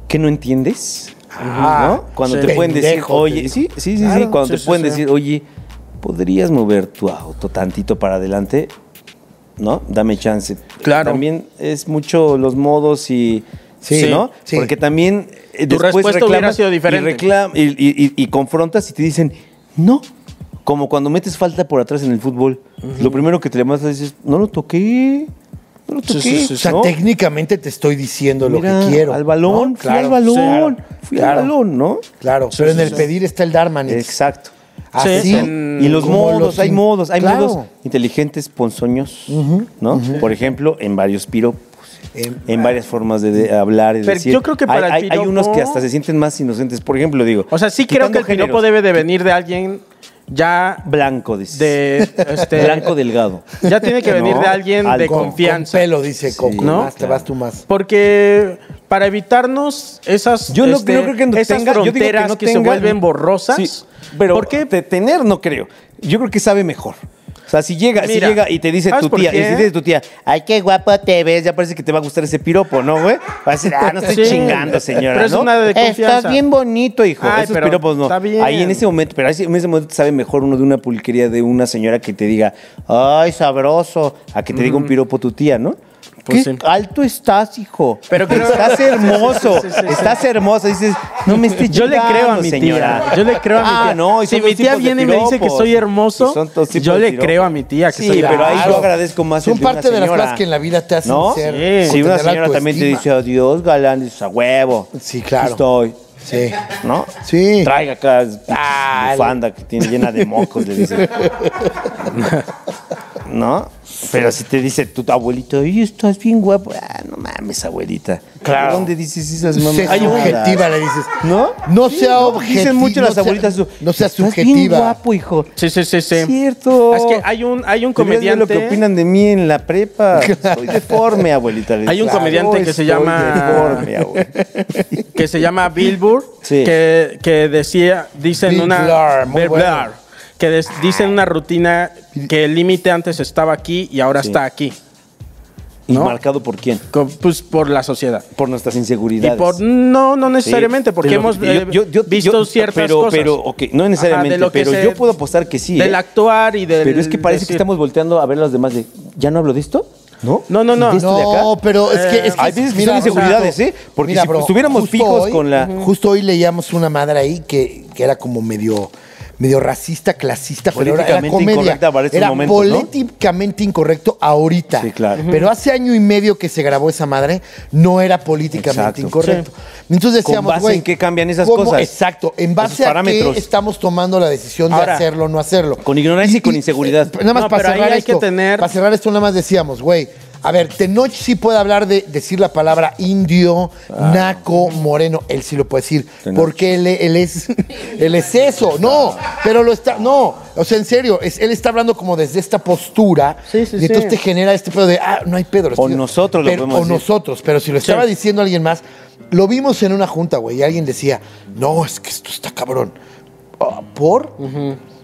¿qué no entiendes?
Ah,
¿No? Cuando
sí.
te pueden decir,
Pendejo, te
oye,
dijo.
sí, sí, sí, sí,
Claro,
cuando
sí,
te
sí,
pueden
sí.
decir, oye, ¿podrías mover tu auto tantito para adelante? ¿No? Dame chance.
Claro.
También es mucho los modos y...
Sí,
¿no?
sí.
Porque también eh,
Tu
después
respuesta hubiera
reclamas
sido
y
diferente.
reclam- y, y- y- y confrontas y te dicen, no. Como cuando metes falta por atrás en el fútbol. Lo primero que te levantas dices, no lo toqué. No lo
Sí,
toqué.
sí, sí,
O sea,
¿no?
técnicamente te estoy diciendo
Mira,
lo que quiero.
Al balón,
¿no?
fui al balón, fui
claro,
al balón, ¿no?
Claro, pero en el pedir está el dar, manix.
Exacto.
Así.
Sí,
Y los
como
modos,
los
hay
in-
modos, hay
Claro.
modos inteligentes, ponzoños, ¿no? Por ejemplo, en varios piropos.
En-
En, varias formas de, de hablar y
Pero
decir.
yo creo que para
hay,
el
hay- hay unos que
piropo-
hasta se sienten más inocentes. Por ejemplo, digo.
O sea, sí creo
quitando
que el piropo
géneros,
debe de venir de alguien ya
Blanco, dices. (laughs)
de este
Blanco delgado.
ya tiene que venir
No,
de alguien
al-
de
con-
confianza.
Con pelo, dice Coco.
¿no?
Más te vas tú más.
Porque para evitarnos esas
Yo no,
este,
no creo que no
esas
tenga, yo digo que
fronteras
no
que, se
tenga-
vuelven borrosas.
Sí, pero
¿Por qué?
de tener no creo. Yo creo que sabe mejor. O sea, si llega,
Mira,
si llega y te dice
¿sabes
tu
por
tía,
qué?
y si dice tu tía, ay, qué guapo te ves, ya parece que te va a gustar ese piropo, ¿no, güey? Va a decir, ah, no estoy
Sí.
chingando, señora.
Pero es
¿no?
una de confianza.
Estás bien bonito, hijo.
Ay,
Esos
pero
piropos no.
está bien.
Ahí en ese momento, pero ahí en ese momento sabe mejor uno de una pulquería de una señora que te diga, ay, sabroso, a que te diga un piropo tu tía, ¿no?
Pues
Qué
sí.
alto estás, hijo.
Pero creo-
(laughs)
estás hermoso.
Sí, sí, sí, sí.
Estás hermoso. Dices, no me estés
Yo le creo a
chingando,
mi
señora.
tía. Yo le creo a mi
Ah,
tía.
no, y son
si
dos
mi tía
tipos de
viene y me dice que
piropos.
soy
Y
hermoso,
son dos tipos
yo
de
le
piropos.
creo a mi tía que
Sí,
soy
pero ahí
hermoso.
yo agradezco más
Son
el de una
parte de las
señora.
cosas que en la vida te hacen
¿No?
ser.
Sí.
Si una
tener
señora también te dice,
autoestima.
adiós, galán, dices, a huevo.
Sí, claro.
Aquí Estoy.
Sí.
¿No?
Sí.
Traiga acá
Dale. (laughs)
bufanda que tiene llena de mocos, le dice. ¿no? Pero si te dice tu abuelito, oye, estás bien guapo. Ah, no mames, abuelita.
Claro.
¿Dónde dices esas
Sé
mamadas?
subjetiva, le dices.
¿No?
No sea objeti-
Dicen mucho
no
las
sea-
abuelitas. su-
no sea
"Estás Bien
subjetiva".
guapo, hijo.
Sí, sí, sí, sí.
Cierto.
Es que hay un, hay un
Deberías ver
comediante.
lo que opinan de mí en la (laughs) prepa. Soy deforme, abuelita.
Hay un comediante que se
estoy
llama-
Deforme, abuelita.
que se llama Billboard,
Sí.
que, que decía, dicen
Bill
una
Blair, muy
Bill
bueno.
Blair, que des- dicen una rutina que el límite antes estaba aquí y ahora
Sí.
está aquí,
¿Y
¿No?
marcado por quién?
co- pues por la sociedad.
Por nuestras
Y
inseguridades.
por no, no
Sí,
necesariamente, porque
de lo
hemos
que- yo-
eh,
yo- yo-
visto
yo-
ciertas
pero,
cosas.
Pero, ok, no necesariamente,
Ajá, de lo que
pero
se-
yo puedo apostar que sí.
Del
¿eh?
actuar y del.
Pero es que parece que
decir-
estamos volteando a ver a los demás de, ¿ya no hablo de esto? ¿No.
No, no, no.
¿De esto de acá?
No, pero es que.
Eh,
es
Hay veces que
mira,
son inseguridades,
justo-
¿eh? Porque
mira,
si
bro,
estuviéramos
justo
fijos
hoy-
con la.
Justo hoy leíamos una madre ahí que, que era como medio. Medio racista, clasista, pero era- era
Políticamente
comedia.
incorrecta para estos
Era
momentos, ¿no?
políticamente incorrecto ahorita.
Sí, claro. Ujú.
Pero hace año y medio que se grabó esa madre, no era políticamente
Exacto.
incorrecto. Entonces
¿Con
decíamos,
base
güey,
en qué cambian esas
¿cómo-
cosas?
Exacto. En base
Esos
a qué
parámetros.
estamos tomando la decisión de
Ahora,
hacerlo o no hacerlo.
con ignorancia y con inseguridad.
eh, Nada más
No,
para
pero ahí
cerrar
hay
esto.
que tener-
para cerrar esto, nada más decíamos, güey. A ver, Tenoch sí puede hablar de decir la palabra indio,
Ah.
naco, moreno. Él sí lo puede decir.
Tenoch.
Porque él, él es. él es eso. No, pero lo está. No. O sea, en serio, es- él está hablando como desde esta postura.
Sí, sí,
y entonces
sí.
te genera este pedo de, ah, no hay pedo. lo
O
estoy-
nosotros lo
pero-
podemos
O
decir.
nosotros, pero si lo estaba
Sí.
diciendo alguien más. Lo vimos en una junta, güey, y alguien decía, no, es que esto está cabrón. Ah, ¿Por?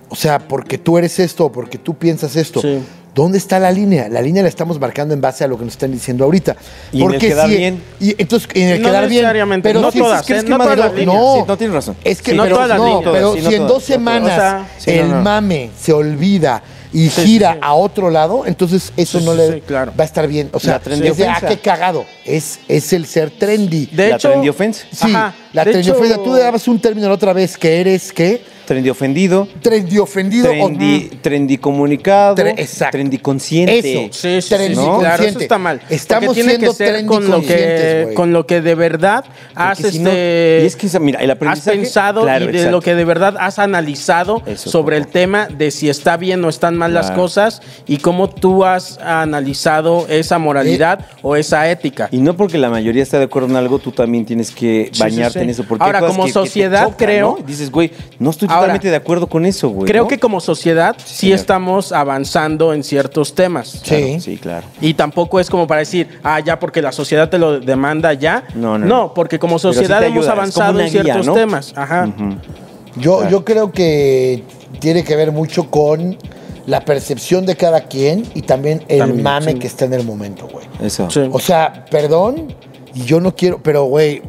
O sea, porque tú eres esto, porque tú piensas esto.
Sí.
¿Dónde está la línea? La línea la estamos marcando en base a lo que nos están diciendo ahorita.
Y en el quedar bien.
Y entonces, en el
No
quedar bien.
necesariamente,
Pero
no
si-
todas,
¿crees
¿eh?
que
No
Madero-
todas las líneas.
No,
Sí, no, tienes razón.
Es que
Sí, no
pero,
todas las
no,
líneas.
pero
Sí, no
si
todas,
en dos
no todas.
semanas
O sea,
sí,
el
no, no.
mame se olvida y gira a otro lado, entonces eso
Sí,
no
sí,
le
sí, claro.
va a estar bien. O sea,
La trendy
es de, ah,
ofensa.
qué cagado. Es, es el ser trendy.
De
la
hecho,
trendy offense.
sí,
Ajá,
la
de
trendy
hecho-
ofensa. Tú dabas un término la otra vez que eres qué?
Trendy ofendido.
Trendy ofendido o-
Trendy, trendy comunicado.
Tre- exacto.
trendy consciente.
Eso,
Sí, sí, sí,
trendy
sí,
¿no?
claro, eso
consciente.
está mal.
Estamos
Porque tiene
siendo
que ser
trendy
con lo
conscientes,
que,
güey.
con lo que de verdad has
Porque si no-
este,
y es que, esa- mira, el
has
aprendizaje.
pensado
Claro,
y de
exacto.
lo que de verdad has analizado
Eso,
sobre
por
el tema de si está bien o están mal las
Claro.
cosas y cómo tú has analizado esa moralidad o esa ética.
Eh, Y no porque la mayoría está de acuerdo en algo, tú también tienes que
Sí,
bañarte
sí, sí.
en eso. Porque hay
Ahora,
cosas
como
que- que te
sociedad,
chocan,
creo-
¿no? Dices, güey, no estoy
Ahora,
totalmente de acuerdo con eso, güey.
Creo
¿no?
que como sociedad sí,
señor.
estamos avanzando en ciertos temas.
Claro,
Sí.
sí, claro.
Y tampoco es como para decir, ah, ya porque la sociedad te lo demanda ya.
No, no, no.
porque como
Pero sí
sociedad
te
hemos
ayuda, es
avanzado
como
en
una guía,
ciertos
¿no?
temas. Ajá.
Yo, yo creo que tiene que ver mucho con la percepción de cada quien y también el
También,
mame
sí.
que está en el momento, güey.
Eso.
Sí.
O sea, perdón, y yo no quiero, pero güey,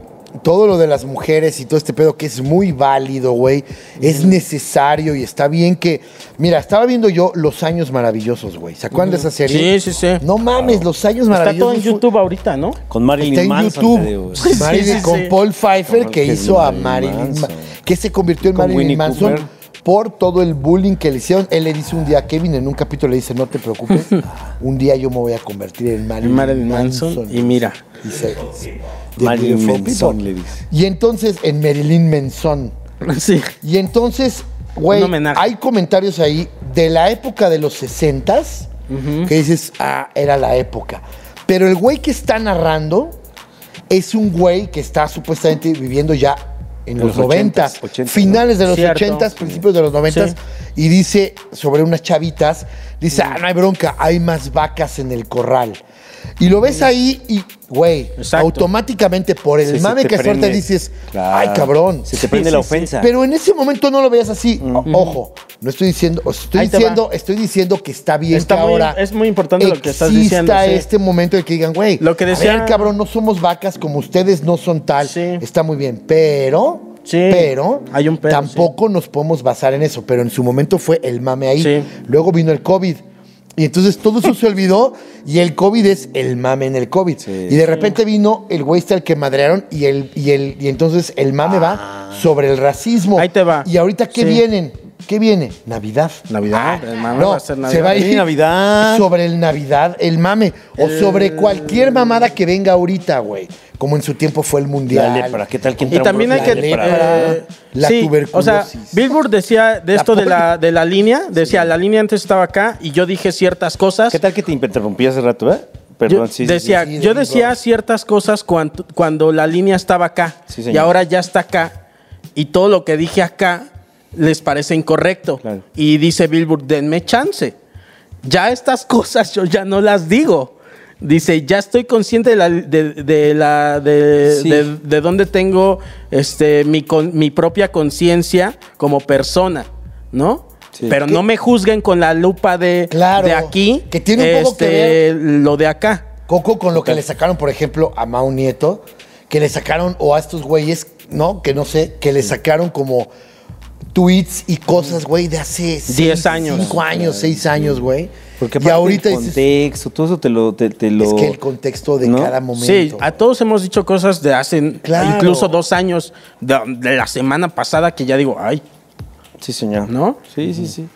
todo lo de las mujeres y todo este pedo que es muy válido, güey, es necesario y está bien que. Mira, estaba viendo yo Los Años Maravillosos, güey. ¿Se acuerdan de esa serie?
Sí, sí, sí.
No mames, Los Años
Está todo
Maravillosos.
en
fue-
YouTube ahorita, ¿no?
Con Marilyn
Está en
Manson,
YouTube.
te digo, güey.
Sí,
Marilyn-
sí,
con
sí.
Paul Pfeiffer
Con
que
Marilyn
hizo a
Manson.
Marilyn Ma- que se convirtió en
Con
Marilyn
Winnie
Manson
Cooper.
por todo el bullying que le hicieron. Él le dice un día a Kevin en un capítulo le dice, "No te preocupes,
(laughs)
un día yo me voy a convertir en Marilyn,
Marilyn Manson, y mira.
Y se- de
Marilyn
Beautiful
Manson,
People.
le dice.
Y entonces en Marilyn Manson.
Sí.
Y entonces, güey,
Un homenaje.
hay comentarios ahí de la época de los 60s que dices, ah, era la época. Pero el güey que está narrando es un güey que está supuestamente viviendo ya en los,
los 80s,
90s,
80s, ¿no?
finales de los
Cierto.
80s, principios de los 90s,
Sí.
y dice sobre unas chavitas, dice, ah, no hay bronca, hay más vacas en el corral. Y lo ves ahí y, güey,
Exacto.
automáticamente por el
Sí, se
mame
te
que suelta
prende.
dices,
Claro.
ay, cabrón.
Se te prende
Sí,
la
sí, sí.
ofensa.
Pero en ese momento no lo veas así. O- Ojo, no estoy diciendo, o sea, estoy
Ahí te
diciendo, estoy diciendo que está bien
Está
que
muy-
ahora
es muy importante lo que estás diciendo,
exista
sí.
este momento de que digan, güey,
Lo que
a
decía-
ver, cabrón, no somos vacas como ustedes no son tal.
Sí.
Está muy bien, pero
Sí,
pero,
hay un pero,
tampoco nos podemos basar en eso, pero en su momento fue el mame ahí.
Sí.
Luego vino el COVID. Y entonces todo eso se olvidó y el COVID es el mame en el COVID.
Sí.
Y de repente vino el güey este al que madrearon
Ah.
y, el, y, el, y entonces el mame va sobre el racismo.
Ahí te va.
Y ahorita que
Sí.
vienen ¿Qué viene? Navidad. Ah,
Navidad, el mame
No,
va a ser Navidad.
se va a ir
Sí, Navidad.
sobre el Navidad, el mame, o sobre cualquier mamada que venga ahorita, güey. Como en su tiempo fue el mundial.
Dale, para qué tal que
Y
entra un
también hay
brote
que.
de lepra?
eh,
la
sí, O
tuberculosis.
sea, Billboard decía de
La
esto de
pobre-
la, de la línea. Decía, la línea antes estaba acá y yo dije ciertas cosas.
¿Qué tal que te interrumpí hace rato, eh? Perdón,
yo
sí. sí,
decía,
sí.
sí, sí,
yo
de
decía
Billboard.
ciertas cosas cuan- cuando, la línea estaba acá
Sí, señor.
y ahora ya está acá y todo lo que dije acá les parece incorrecto
Claro.
y dice Billboard, denme chance. Ya estas (laughs) cosas yo ya no las digo. Dice, ya estoy consciente de, la, de, de la, de,
Sí.
de- de dónde tengo este, mi, con- mi propia conciencia como persona, ¿no?
Sí.
Pero
Que-
no me juzguen con la lupa de,
Claro,
de aquí.
que tiene un poco que
este, Lo de acá.
Coco con lo que le sacaron, por ejemplo, a Mau Nieto, que le sacaron, o a estos güeyes, ¿no? Que no sé, que le sacaron como tweets y cosas, güey, de hace...
Diez
seis,
años.
Cinco años, seis años, güey.
Porque
y ahorita
el
dices,
contexto, todo eso te lo... Te, te lo
es que el contexto de
¿no?
cada
Sí,
momento.
a todos hemos dicho cosas de hace
Claro.
incluso dos años, de, de la semana pasada, que ya digo, ay,
Sí, señor.
¿No?
Sí, sí, sí.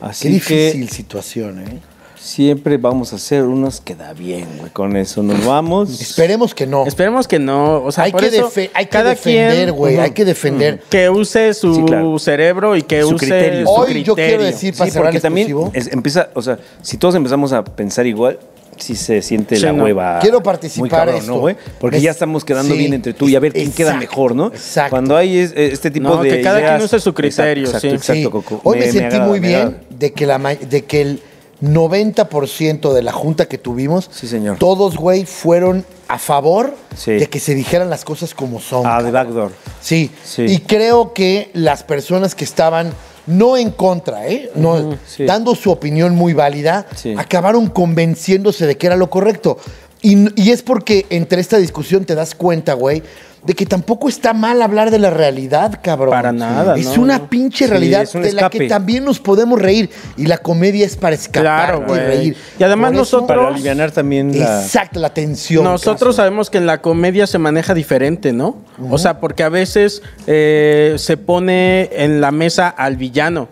Así
Qué difícil
que
situación, ¿eh?
siempre vamos a hacer unos que da bien, güey. Con eso nos vamos.
Esperemos que no.
esperemos que no. O sea,
hay,
por
que
eso,
defe- hay que
cada
defender,
quien,
güey,
ujú,
hay que defender.
que use su
Sí, claro.
cerebro y que
Su
use
criterio.
su
Hoy yo quiero
criterio.
decir,
Sí,
para cerrar
porque
el
también
exclusivo,
es- empieza, o sea, si todos empezamos a pensar igual, sí se siente
Sí,
la
no.
hueva.
Quiero
muy
participar
cabrón,
esto.
¿no, güey? Porque
Es-
ya estamos quedando
sí,
bien entre tú y a ver quién queda
exacto,
mejor, ¿no?
exacto.
Cuando hay es- este tipo
No,
de
que cada
ideas-
quien use su criterio,
Exacto,
sí.
exacto,
Sí.
exacto, Coco.
Hoy me, sentí
agrada,
muy
me
bien
agrada.
de que, la, ma- de que el 90% de la junta que tuvimos,
Sí, señor.
todos, güey, fueron a favor
Sí.
de que se dijeran las cosas como son.
Ah, de backdoor.
Sí.
Sí.
Y creo que las personas que estaban no en contra, ¿eh? No,
sí.
dando su opinión muy válida,
Sí.
acabaron convenciéndose de que era lo correcto. Y, n- y es porque entre esta discusión te das cuenta, güey, de que tampoco está mal hablar de la realidad, cabrón.
Para nada,
Es
no,
una
no.
pinche
Sí,
realidad
es un
de la que
escape.
también nos podemos reír. Y la comedia es para escapar
Claro,
y
güey.
reír.
Y además
Por eso-
Para
nosotros-
aliviar también la...
Exacto, la tensión.
Nosotros sabemos que en la comedia se maneja diferente, ¿no? O sea, porque a veces eh, se pone en la mesa al villano.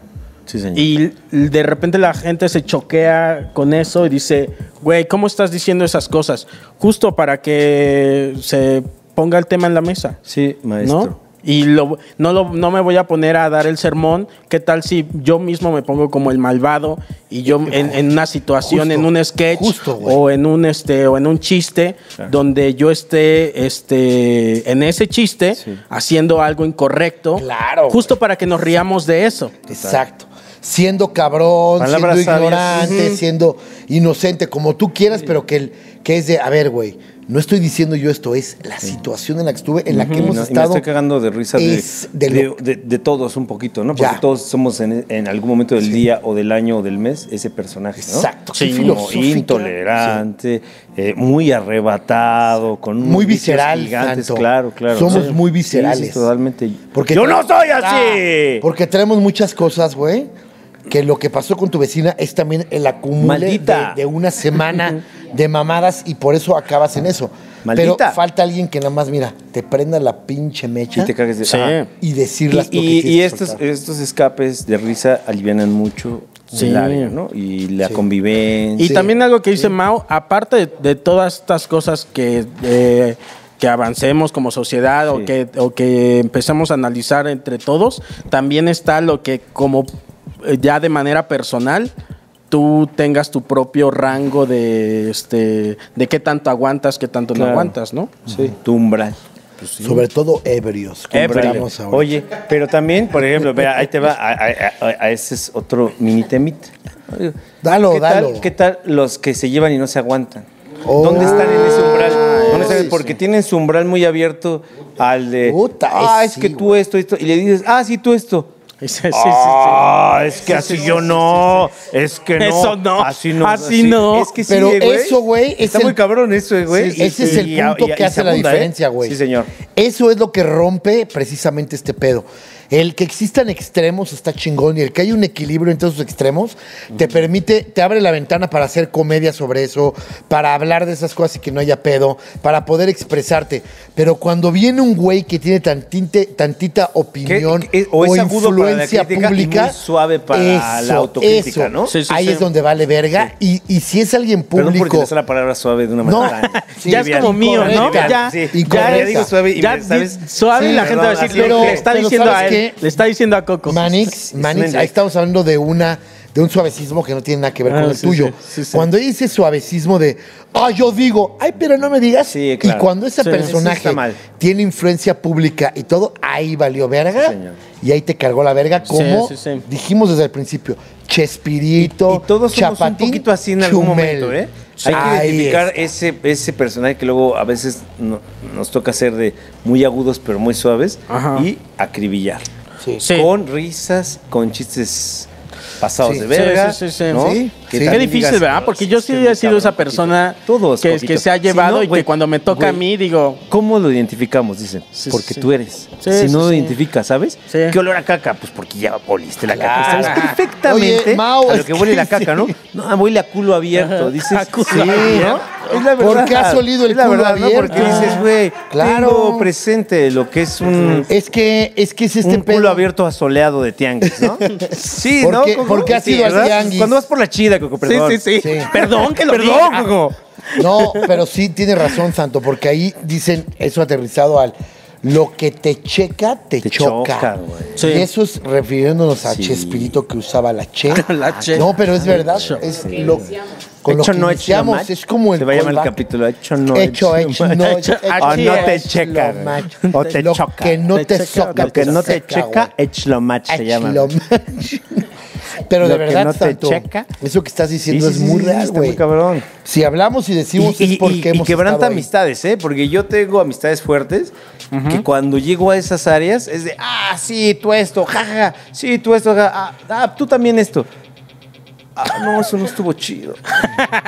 Sí, señor.
Y l- de repente la gente se choquea con eso y dice, güey, ¿cómo estás diciendo esas cosas? Justo para que se ponga el tema en la mesa.
Sí, maestro.
¿No? Y lo- no, lo- no me voy a poner a dar el sermón. ¿Qué tal si yo mismo me pongo como el malvado y yo en, en una situación,
Justo,
en un sketch
justo, güey.
o en un este o en un chiste donde yo esté este en ese chiste
Sí.
haciendo algo incorrecto?
Claro,
Justo para que nos riamos de eso.
Exacto. Siendo cabrón,
Palabras
siendo
sabias.
ignorante, siendo inocente, como tú quieras, pero que, el- que es de, a ver, güey, no estoy diciendo yo esto, es la situación en la que estuve, en la que
Y
hemos
no- y me
estado.
estoy cagando de risa de,
es de
de-
lo-
de- de todos un poquito, ¿no? Porque
Ya.
todos somos en, en algún momento del día o del año o del mes ese personaje, ¿no?
Exacto, qué
Sí,
filosófica.
intolerante, eh, muy arrebatado, con unos
Muy
vicios
visceral,
gigantes,
Santo.
claro, claro.
Somos
Sí.
muy
Sí, sí,
viscerales.
totalmente.
Porque
yo
tra-
no soy
Ah,
así.
Porque traemos muchas cosas, güey. Que lo que pasó con tu vecina es también el acumule de,
Maldita.
de una semana de mamadas y por eso acabas en eso.
Maldita.
Pero falta alguien que nada más, mira, te prenda la pinche mecha
y te cagues de
Sí.
Ajá.
y
Y,
decir las lo que
y-
quieres
y estos,
soltar.
estos escapes de risa alivianan mucho
Sí.
el área, ¿no? Y la
Sí.
convivencia.
Y también algo que dice Mao, aparte de, de todas estas cosas que, eh, que avancemos como sociedad
Sí.
o, que, o que empezamos a analizar entre todos, también está lo que como eh, ya de manera personal tú tengas tu propio rango de este de qué tanto aguantas, qué tanto
Claro.
no aguantas, ¿no? (laughs)
Sí. Tu umbral.
Sobre todo ebrios. como
Eh, pero-
estamos ahora.
oye, pero también, por ejemplo, vea, ahí te va, a, a- a- a ese es otro mini temita.
Dalo,
¿Qué
dalo.
Tal, ¿Qué tal los que se llevan y no se aguantan?
Oh.
¿Dónde están en ese umbral? ¿Dónde
sí,
están? Porque tienen su umbral muy abierto al de,
Puta,
ah,
eh,
es
sí,
que tú esto, esto, y le dices, ah, sí, tú esto.
Sí, sí, sí, sí.
Ah, es que así yo no, es que no,
Eso no,
así no,
así no.
Es que sí,
Pero
eh, güey.
eso, güey, es
está
el-
muy cabrón eso, eh, güey.
Sí, ese es el punto que hace la
abunda, ¿eh?
diferencia, güey.
Sí, señor.
Eso es lo que rompe precisamente este pedo. El que existan extremos está chingón y el que hay un equilibrio entre esos extremos te permite, te abre la ventana para hacer comedia sobre eso, para hablar de esas cosas y que no haya pedo, para poder expresarte. Pero cuando viene un güey que tiene tantinte- tantita opinión
Que- que- o es
o
agudo para la
influencia
crítica y
pública,
muy suave para la autocrítica, ¿no?
Sí, sí,
Ahí
sí.
es donde vale verga y, y si es alguien
Perdón por
público.
utilizar la palabra suave de una
No.
manera. tan
(laughs) Sí,
ya es
trivial.
como mío, ¿no?
Incorrecta.
Ya,
Sí.
ya
Incorrecta.
Ya digo suave y
ya
me- ¿sabes?
di- Suave y la
Sí,
gente va a
perdón,
decir,
así
pero-
le está
pero
diciendo a
¿sabes
él,
qué?
le está diciendo a Coco.
Manix, Manix,
Excelente.
ahí estamos hablando de una de un suavecismo que no tiene nada que ver
Ah,
con el
sí,
tuyo.
sí, sí, sí.
Cuando dice suavecismo de, ah, yo digo, ay, pero no me digas.
Sí, claro.
Y cuando ese
Sí,
eso está
personaje
mal.
tiene influencia pública y todo, ahí valió verga.
Sí, señor.
y ahí te cargó la verga, como
sí, sí.
dijimos desde el principio. Chespirito,
Y todos somos un
Chapatín,
poquito así en algún
Chumel.
momento, ¿eh? Hay que
Ahí
identificar
está.
ese, ese personaje que luego a veces no- nos toca ser de muy agudos pero muy suaves
Ajá.
y acribillar.
Sí.
Sí.
Con risas, con chistes pasados
Sí.
de verga.
Sí, sí, sí, sí.
¿no?
Sí,
Que
sí.
también
Qué difícil,
digas,
¿verdad?
"No,
Porque
sí,
yo
este
sí
muy
he sido
cabrón,
esa
Coquito".
persona
Todos,
que, que
Coquito.
se ha
Si
llevado
no,
y
güey,
que cuando me toca a
güey,
mí digo,
¿Cómo lo identificamos? Dicen,
Sí,
porque
sí.
tú eres.
Sí,
si
sí,
no lo
sí.
identificas, ¿sabes?
Sí.
¿Qué olor a caca? Pues porque ya oliste la caca.
Claro.
Sabes perfectamente
Oye, Mau,
a lo
es
que huele
que
la caca, ¿no? No, ah, huele a culo abierto. Dices,
A culo
sí,
abierto.
¿no? Es la verdad.
¿Por qué has olido el
Es la
culo
verdad, ¿no? Porque
abierto?
dices, güey,
Claro.
tengo presente lo que es un,
Es que es que es este
un culo
pedo.
abierto asoleado de tianguis, ¿no? (laughs) Sí,
¿Por
¿no?
qué-
Coco?
por qué has
Sí,
ido al
¿verdad?
tianguis?
Cuando vas por la chida, Coco, perdón.
Sí, sí, sí.
Sí.
Perdón que lo
Perdón,
diga.
Coco.
No, pero sí tiene razón, Santo, porque ahí dicen eso aterrizado al lo que te checa, te,
Te
choca.
choca, güey.
Sí.
Y eso es refiriéndonos a
Sí.
Chespirito que usaba
(laughs)
la che.
La che.
No, pero es verdad. Es lo, con lo
hecho
que
no hecho
iniciamos,
mal.
es como el
Se va a llamar el
callback.
capítulo hecho no
Hecho, hecho,
mal.
no
Hecho,
o
así
no te
es,
checa
lo
güey.
macho.
o te
Lo
choca
que no
Te
te,
checa,
soca,
lo que no te
seca,
checa
güey.
hecho lo macho se llama (laughs)
Lo macho. Pero de
Lo que
verdad,
no te
Santo,
checa.
eso que estás
Sí,
diciendo
sí, sí,
es muy
sí,
real,
está muy
güey.
cabrón.
Si hablamos y decimos es porque
y
hemos
quebranta
estado ahí.
amistades, ¿eh? Porque yo tengo amistades fuertes que cuando llego a esas áreas es de, ah, sí, tú esto, jaja, sí, tú esto, ja, ah, ah, tú también esto. Ah, no, eso no estuvo
(laughs)
chido.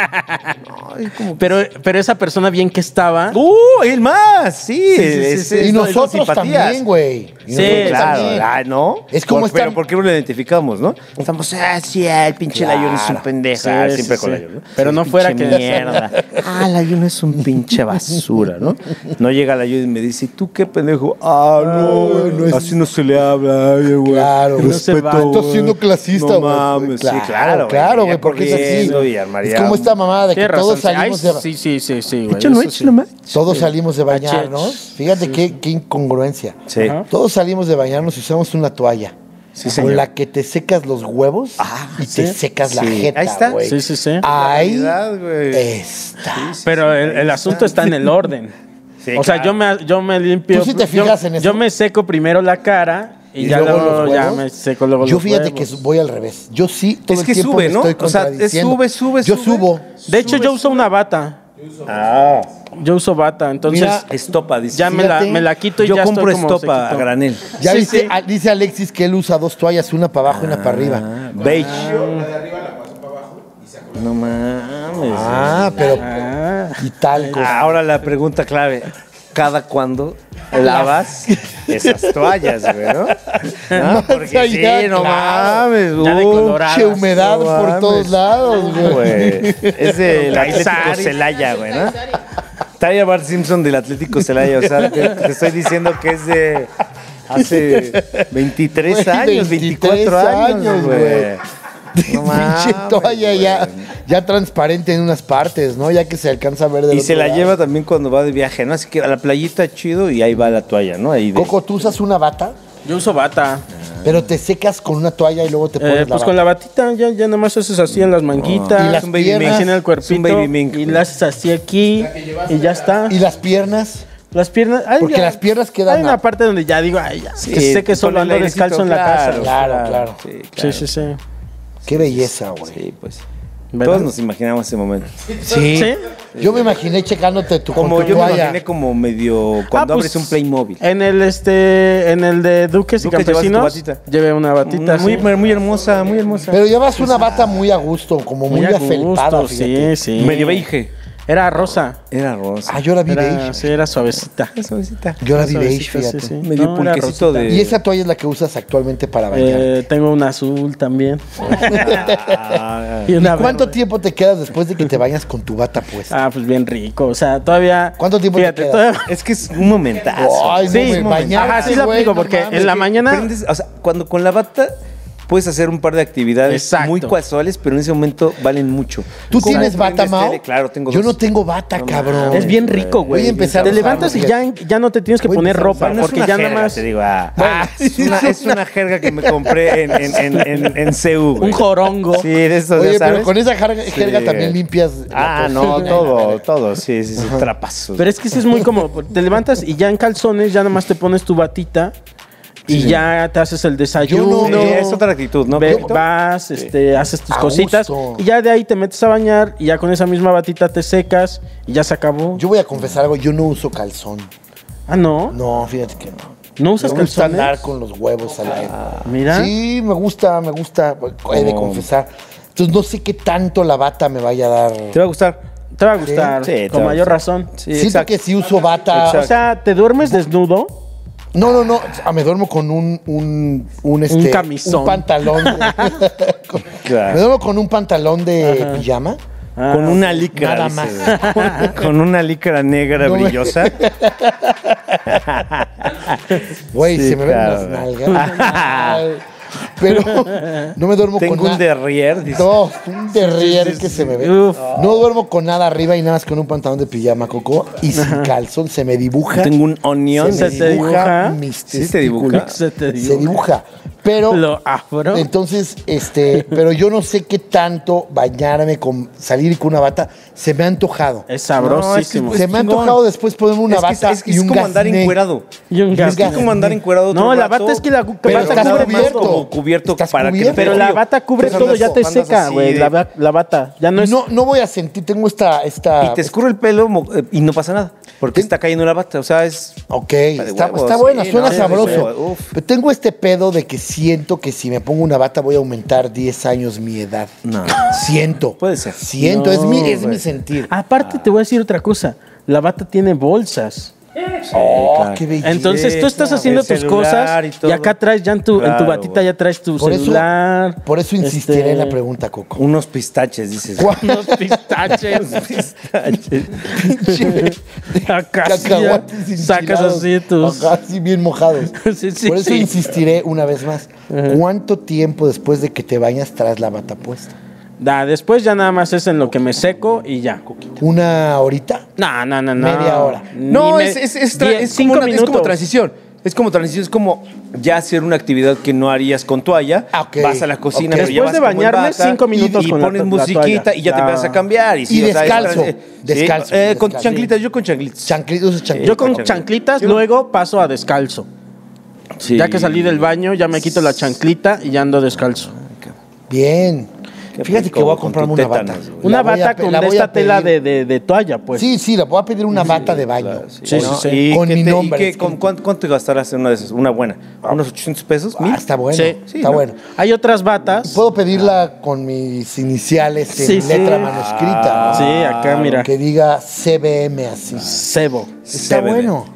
Ay, como que-
Pero, pero esa persona bien que estaba.
¡Uh, el más! Sí,
Sí, sí, sí,
es-
sí.
es-
Y
son
nosotros
simpatías.
también, güey. Y
Sí,
nosotros
Claro,
también.
ah, ¿no?
Es como
Por-
estar-
Pero ¿por qué no lo identificamos, no? Estamos, ah, sí, ah, el pinche
Claro.
Layón es un pendejo.
Sí,
ah,
sí,
siempre
sí.
con Layón, ¿no?
Pero
Sí,
no fuera
pinche
que- (laughs)
mierda. ah, Layón es un pinche basura, ¿no? No llega Layón y me dice, "¿Y ¿tú qué pendejo? Ah, no,
no es-
así no se le habla, ay, güey.
Claro, güey.
No se
Respeto,
va.
Estás
güey.
siendo clasista,
No
güey.
mames, sí, claro.
Claro, güey, porque es
corriendo
así.
y armaría
Es como esta mamada de que
Tienes
todos
razón, sí. Ay,
salimos de...
Sí, sí, sí, sí, güey.
Hecho no
eso
hecho
sí.
no más.
Todos salimos de
Achach.
bañarnos. Fíjate qué, qué incongruencia.
Sí. Ajá.
Todos salimos de bañarnos y usamos una toalla.
Sí, señor. Ah,
con la que te secas los huevos y
sí.
te secas la
Sí.
jeta,
Ahí está.
güey.
Sí, sí, sí.
Ahí
Realidad, güey.
está.
Pero el, el asunto está en el orden.
Sí,
o sea,
claro.
yo me, yo me limpio.
¿Tú sí te
yo-
fijas en eso?
Yo me seco primero la cara y, ya, luego,
los
ya
huevos.
me seco luego
Yo
los
fíjate
huevos.
que voy al revés. Yo sí todo
Es
el
que
tiempo
sube,
me
¿no?
estoy
O sea, es
contradiciendo.
sube, sube,
Yo
sube.
subo.
De hecho, yo uso una bata.
Ah,
Yo uso bata. Entonces,
Mira,
estopa, dice.
ya me la,
fíjate,
me la quito y
yo
ya estoy
compro
como
estopa a
sequito.
granel.
Ya
Sí,
viste,
sí.
a- dice Alexis que él usa dos toallas, una para abajo y una para arriba.
Ah, beige. No mames.
Ah, pero
Ah.
y talco.
Ahora la pregunta clave. ¿Cada cuándo lavas esas toallas, güey, (laughs) no? Ah,
Más
Porque
allá,
sí, no
claro.
mames.
Ya
uh,
decoloradas.
Che, humedad
no
por
mames.
todos lados, güey.
güey. Es del Atlético
Caixari.
Celaya, güey, ¿no? Taya Bart Simpson del Atlético Celaya. O sea, te, te estoy diciendo que es de hace 23
Güey,
años,
23
24 años,
años,
güey.
güey. (laughs) Pinche toalla
güey.
ya, ya transparente en unas partes, ¿no? Ya que se alcanza a ver de
Y se la lleva también cuando va de viaje, ¿no? Así que a la playita chido y ahí va la toalla, ¿no? Ahí de-
Coco, tú usas una bata,
Yo uso bata.
pero te secas con una toalla y luego te pones
Eh,
la
pues
bata.
con la batita, ya, ya nomás haces así en las manguitas.
Y las
un baby mink.
piernas.
Así en el cuerpito.
Es un baby mink.
Y las haces así aquí. Y ya está.
Y las piernas.
Las piernas. ay,
Porque
ya.
las piernas quedan
Hay una
a-
parte donde ya digo, ay, ya.
Sí,
que sé que solo
con el
ando
airecito,
descalzo en la casa.
Claro, claro.
Sí,
Sí,
claro.
sí, sí.
Qué belleza, güey.
Sí, pues.
¿Verdad?
Todos nos imaginamos ese momento.
Sí.
¿Sí?
Yo me imaginé checándote tu,
Como
con tu
yo me
toalla.
imaginé como medio cuando
Ah, pues,
abres un Playmobil.
En el este, en el de Duques
Duques,
y
llevaste tu
Campesinos
batita.
llevé una batita.
Muy,
sí.
muy hermosa, muy hermosa.
Pero llevas una bata muy a gusto, como muy,
a gusto,
afelpada,
sí,
fíjate.
sí.
Medio beige.
Era rosa.
Era rosa.
Ah, yo la vi
Era,
beige.
sí, era suavecita.
Era suavecita.
Yo la vi
Era
beige,
suavecita,
fíjate.
sí, sí.
Medio
No, era
pulquecito
rosita.
de-
Y esa toalla es la que usas actualmente para bañar.
Eh, tengo un azul también.
Ah,
(laughs) y una
¿Cuánto
verde.
tiempo te quedas después de que te bañas con tu bata puesta?
Ah, pues bien rico. O sea, todavía.
¿Cuánto tiempo te
fíjate,
queda?
todavía-
es que es un momentazo.
Ay, no,
sí,
güey,
un momento.
bañarte,
Ajá, sí lo
güey,
aplico,
no
porque
mames,
en la
que-
mañana.
Prendes- o sea, cuando con la bata puedes hacer un par de actividades
Exacto.
muy casuales, pero en ese momento valen mucho.
¿Tú
Como
tienes
prendes
bata, Mao?
tele, Claro, tengo
Yo
dos.
no tengo bata, cabrón.
Es bien rico,
Voy
güey.
a empezar
Te
a
levantas y
usarlo,
ya, ya no te tienes que
Voy a
poner
empezar a
ropa,
Bueno, es
porque
una
ya
jerga,
nada más.
Te digo, ah,
Bueno,
es, una, es una jerga que me compré en, en, en, en, en CU. güey.
Un jorongo.
Sí, de eso,
Oye,
ya sabes.
¿eh?
pero con esa jerga, jerga
Sí.
también limpias. la
Ah,
tos.
no, todo, todo, sí, sí, sí, trapazo.
Pero es que sí es muy como. Te levantas y ya en calzones, ya nada más te pones tu batita y ya te haces el desayuno.
Yo no.
Sí, es otra actitud, ¿no?
Ve-
Paquito?
vas, este, haces tus
A
cositas
gusto.
y ya de ahí te metes a bañar y ya con esa misma batita te secas y ya se acabó.
Yo voy a confesar algo, yo no uso calzón.
ah, no. No,
No, fíjate que no.
usas
me gusta
calzones.
andar con los huevos al aire.
Mira.
Sí, me gusta, me gusta. He de
Oh.
confesar. Entonces no sé qué tanto la bata me vaya a dar.
¿Te va a gustar?
Te va a gustar,
Sí, te
con
va a
mayor
gustar.
razón.
Sí,
Siento
exacto.
que si uso bata.
O sea, te duermes desnudo.
No, no, no. Ah, me duermo con un, un, un, este,
camisón.
Un pantalón.
(laughs)
de- (laughs) con-
Claro.
Me duermo con un pantalón de pijama.
Ah,
con una licra.
Nada
dice, güey. (laughs) con una licra negra
No me-
brillosa.
(laughs) Güey,
Sí,
se me
claro.
ven las
(laughs)
nalgas. Ay, Pero no me duermo
Tengo
con
un
nada.
derrier, dice.
No, un derrier
Sí, sí,
que
sí,
se me ve.
uf.
No duermo con nada arriba y nada más con un pantalón de pijama, Coco. Y sin calzón se me dibuja.
Tengo un onion.
se me
¿Se te dibuja?
mis
Sí, te
testículos.
dibuja.
Se te dibuja.
Se dibuja. Pero
Lo afro.
Entonces, este, pero yo no sé qué tanto bañarme con salir con una bata se me ha antojado.
Es sabrosísimo.
No, es que-
se me ha
chingón.
antojado después ponerme una
es que,
bata
es, que
y
es
un
como andar
gasné.
encuerado.
Y un
es que es
gasné.
como andar encuerado todo
No,
el
la
rato,
bata es que la gu-
pero
bata
estás
cubre
nada más
todo.
como cubierto
Estás
para que
cubierto.
pero la
frío.
bata cubre
Entonces
todo, ya te
andas- andas
seca,
así
güey.
de-
La, ba- la bata. Ya no
No,
es.
no, voy a sentir, tengo esta, esta.
Y te escurre el pelo mo- eh, y no pasa nada. Porque
Ten-
está cayendo la bata. O sea, es.
Ok,
de
está,
huevos,
está buena,
sí,
suena
no, sí, de
sabroso.
huevos, uf.
Pero tengo este pedo de que siento que si me pongo una bata voy a aumentar 10 años mi edad.
No.
Siento.
Puede ser.
Siento, es, mi, es mi sentir.
Aparte, te voy a decir otra cosa. La bata tiene bolsas.
Oh,
claro.
qué belleza.
Entonces tú estás haciendo
el
tus
celular y
cosas y,
todo.
acá traes ya en tu, en tu
Claro,
batita
güey.
ya traes tu
Por eso-
celular.
(laughs) Por eso insistiré
este,
en la pregunta,
(laughs)
Coco.
Unos pistaches, dices.
Unos pistaches.
Pistaches.
(laughs)
acá sí ya
cacahuates
sacas
enchilados,
así tus.
ajá, así bien mojados.
Sí, sí,
Por eso
sí.
insistiré una vez más. ¿Cuánto tiempo después de que te bañas traes la bata puesta?
Da, después ya nada más es en lo que me seco y ya.
¿Una horita?
No, no, no, no.
Media hora.
Ni
No,
me-
es, es, es, tra-
diez-
es como
cinco
una- es como
minutos.
transición. Es como transición, es como ya hacer una actividad que no harías con toalla.
Ah, ok.
Vas a la cocina,
Ok.
pero ya
Después
vas
de
como en
bañarme,
bata,
cinco minutos
y, y
con la
pones
to- la
musiquita
toalla.
y ya, te
Ya.
empiezas a cambiar. Y,
Y
o sea, es
descalzo,
trans-
descalzo,
eh, con
descalzo.
chanclitas, yo con chanclitas.
Chanclitos o chanclitos.
Yo con chanclitas, luego paso a descalzo.
Sí.
Ya que salí del baño, ya me quito la chanclita y ya ando descalzo.
Bien. Fíjate
rico,
que voy a
con tu
comprarme una bata.
tétanos, güey.
Una
La voy a
bata
pe-
con
la
de
voy a
esta tela de,
pedir.
de- de toalla, pues.
Sí, sí, la voy a pedir una bata de baño.
Sí, sí, sí.
¿Y
Con
qué
mi
te- y
nombre.
qué- con, ¿cuánto, ¿Cuánto gastarás en una de esas? Una buena. ¿Unos 800 pesos?
Ah,
¿Mil?
está bueno.
Sí,
está
sí,
¿no?
bueno.
Hay otras batas.
Puedo
Ah.
pedirla con mis iniciales en
Sí, sí.
letra
Ah.
manuscrita. ¿no?
Sí, acá, mira.
Que diga CBM así.
Sebo.
Está
CBD.
bueno.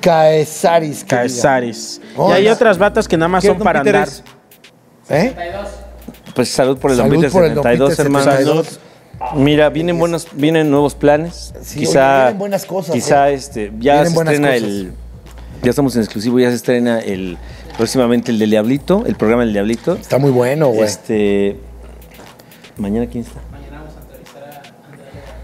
Caesaris. que
Caesaris.
Oh,
y hay
no.
otras batas que nada más
¿Qué,
son
don
para
Peter,
andar.
es?
diga. ¿Eh?
Pues salud por el
Salud
Don Peter
por el Don
72,
Peter
hermano.
72.
Mira, vienen buenos, vienen nuevos planes.
Sí,
quizá,
oye, vienen buenas cosas, ¿eh?
Quizá este, ya
Vienen
se
buenas
estrena
cosas.
el. Ya estamos en exclusivo, ya se estrena el próximamente el del Diablito, el programa del Diablito.
Está muy bueno, Oh, güey.
Este. ¿Mañana quién está?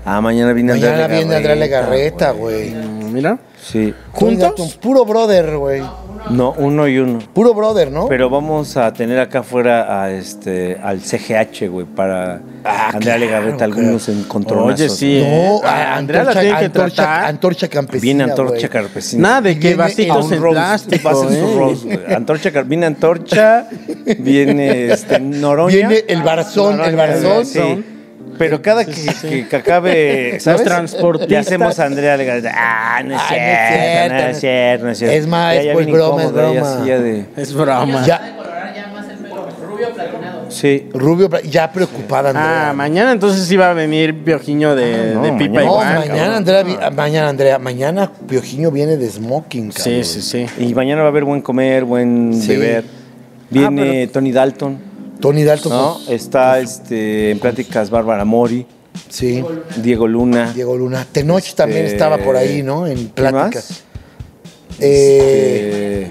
Ah, mañana viene Andrea
Mañana viene Andrea
Legarreta,
Legarreta, güey.
Mm, Mira.
Sí.
¿Juntos?
Oiga, tú, Puro brother, güey.
No, uno y uno.
Puro brother, ¿no?
Pero vamos a tener acá afuera a este, al CGH, güey, para Andrea Legarreta, algunos encontronazos.
Oye, sí.
no,
eh. A- Andrea la tiene que
antorcha,
tratar.
antorcha campesina.
Viene Antorcha
pues, güey.
Carpesina.
Nada de que
Viene a
vasitos
un
en
Rolls,
plástico.
vas en
¿eh?
su Rolls, güey. Antorcha, Car- viene Antorcha, viene este, Noroña.
Viene el Barzón, el Barzón.
Sí. Pero cada que, que- que acabe, ¿sabes?
transportistas.
Le hacemos a Andrea Legarreta. Ah, no es
Ah, no
cierto,
es cierto,
no es cierto, no es cierto.
Es más,
Ya-
es
ya
por
viene
broma, es
incómoda, ya
broma.
sí, ya de-
Es broma.
Ya,
colorar ya más el pelo rubio platinado.
Sí.
Rubio, Bra- ya preocupada, Andrea.
Ah, mañana entonces sí va a venir Piojiño de,
Ah, no,
de Pipa
mañana.
no,
Igual.
mañana, Andrea, vi- ah, mañana, Andrea. Mañana Piojiño viene de smoking,
Sí,
cabrón.
sí, sí.
Y mañana va a haber buen comer, buen
Sí.
beber. Viene Tony Dalton,
Tony Dalton.
¿no?
pues,
Está este, en pláticas Bárbara Mori,
sí.
Diego Luna.
Diego Luna. Tenoch también
Este,
estaba por ahí, ¿no? En
¿quién
pláticas.
más? Eh,
Eh,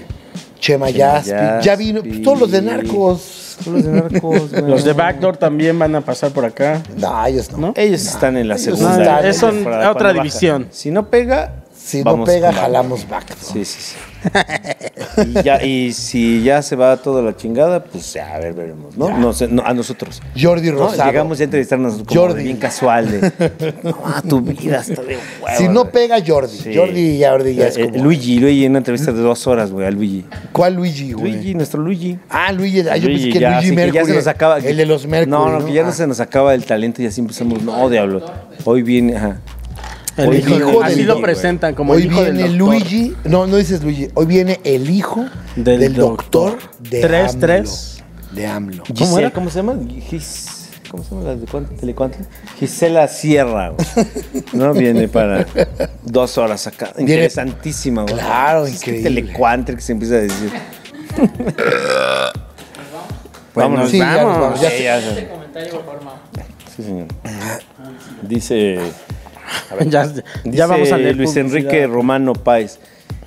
Chema
Chema
Yaspi. Ya vino.
Yaspi.
pues, todos los de narcos.
todos los de
(laughs)
narcos, güey.
Los de Backdoor también van a pasar por acá.
No, ellos no.
¿No?
Ellos están en la
ellos
segunda.
están-
eh,
es
son-
temporada,
a
cuando
otra
baja.
división.
Si no pega,
Si no
vamos
pega,
con Backdoor.
jalamos back. ¿no?
Sí, sí, sí. y, ya, y si ya se va toda la chingada, pues ya, a ver, veremos, ¿no? No sé, no, a nosotros.
Jordi
¿no?
Rosado.
Llegamos ya a entrevistarnos como
Jordi.
de bien casual.
(laughs)
De, no, tu vida está de hueva.
Si no
güey".
pega, Jordi.
Sí.
Jordi ya, Jordi ya
Eh,
es
eh,
como.
Luigi, Luigi, en una entrevista de dos horas, güey, a Luigi.
¿Cuál Luigi, güey?
Luigi, nuestro Luigi.
Ah, Luigi. Ah, yo
Luigi,
pensé que
ya,
Luigi
así que
Mercury.
ya se nos acaba.
El de los Mercury.
No, no, que ya
Ah.
no se nos acaba el talento y así empezamos. No, diablo. Hoy viene, ajá.
El
Hoy
hijo
viene
del-
Luigi,
así lo
güey.
presentan como
Ah, Hoy
el hijo del
viene
doctor.
Luigi. No, no dices Luigi. Hoy viene el hijo del,
Del
doctor.
doctor.
de
Tres,
AMLO.
tres.
De AMLO.
Gisela,
¿Cómo
¿Cómo,
era?
se llama? Gis- ¿Cómo se llama la de Cuan- Telecuantla? Gisela Sierra, güey.
(laughs)
¿no? Viene para dos horas acá. Interesantísima, güey.
Claro,
Es que
increíble.
Telecuantla que se empieza a
(laughs)
decir.
Pues
Vámonos.
nos
Sí, ya nos
vamos.
vamos, ya.
Sí, ya sé. Sí, señor. Dice,
Ya,
dice
ya vamos a leer
Luis
publicidad.
Enrique Romano Páez.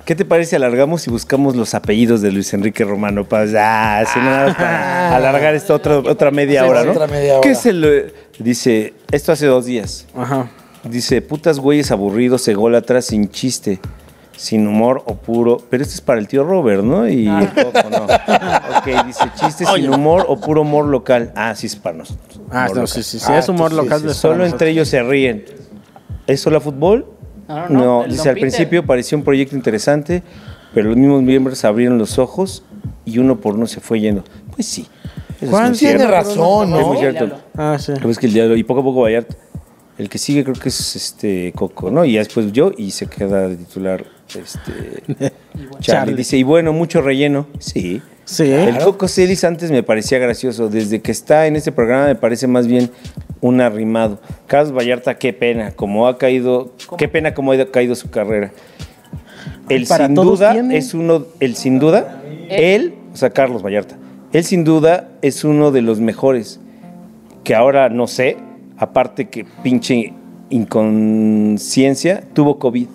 ¿Qué te parece si alargamos y buscamos los apellidos de Luis Enrique Romano Páez? Ah, si nada más para alargar esta otra, otra media
Sí,
hora, ¿no?
otra media
¿Qué
hora.
es el...? eh? Dice, esto hace dos días.
Ajá.
Dice, putas güeyes aburridos, ególatras, sin chiste, sin humor o puro. Pero este es para el tío Robert, ¿no? Y Coco, no. Ok, dice, chiste sin humor o puro humor local. Ah, sí, es para nosotros.
Ah,
Humor
no,
local.
sí, sí, sí.
Ah,
es humor
entonces
local
sí,
de
sí,
Solo
Sonora.
entre ellos se ríen. ¿Es solo fútbol?
No, no, no, el
dice,
Don
al
Peter.
principio parecía un proyecto interesante, pero los mismos miembros abrieron los ojos y uno por uno se fue yendo. Pues sí. eso es
Juan
muy
Tiene
cierto.
razón,
Es muy
¿no?
cierto.
Diablo.
Ah, sí.
Pero es que el diablo, y poco a poco Vallarta. El que sigue creo que es este Coco, ¿no? Y ya después yo y se queda de titular
(laughs)
este Charlie.
Charlie.
Dice, y bueno, mucho relleno. Sí.
Sí.
El Coco Celis antes me parecía gracioso. Desde que está en este programa me parece más bien un arrimado. Carlos Vallarta, qué pena, como ha caído, qué pena como ha caído su carrera. El
Para
sin
todos
duda
tiene. Eh.
es uno, el sin duda, él, o sea, Carlos Vallarta, él sin duda es uno de los mejores que ahora no sé, aparte que pinche inconsciencia, tuvo COVID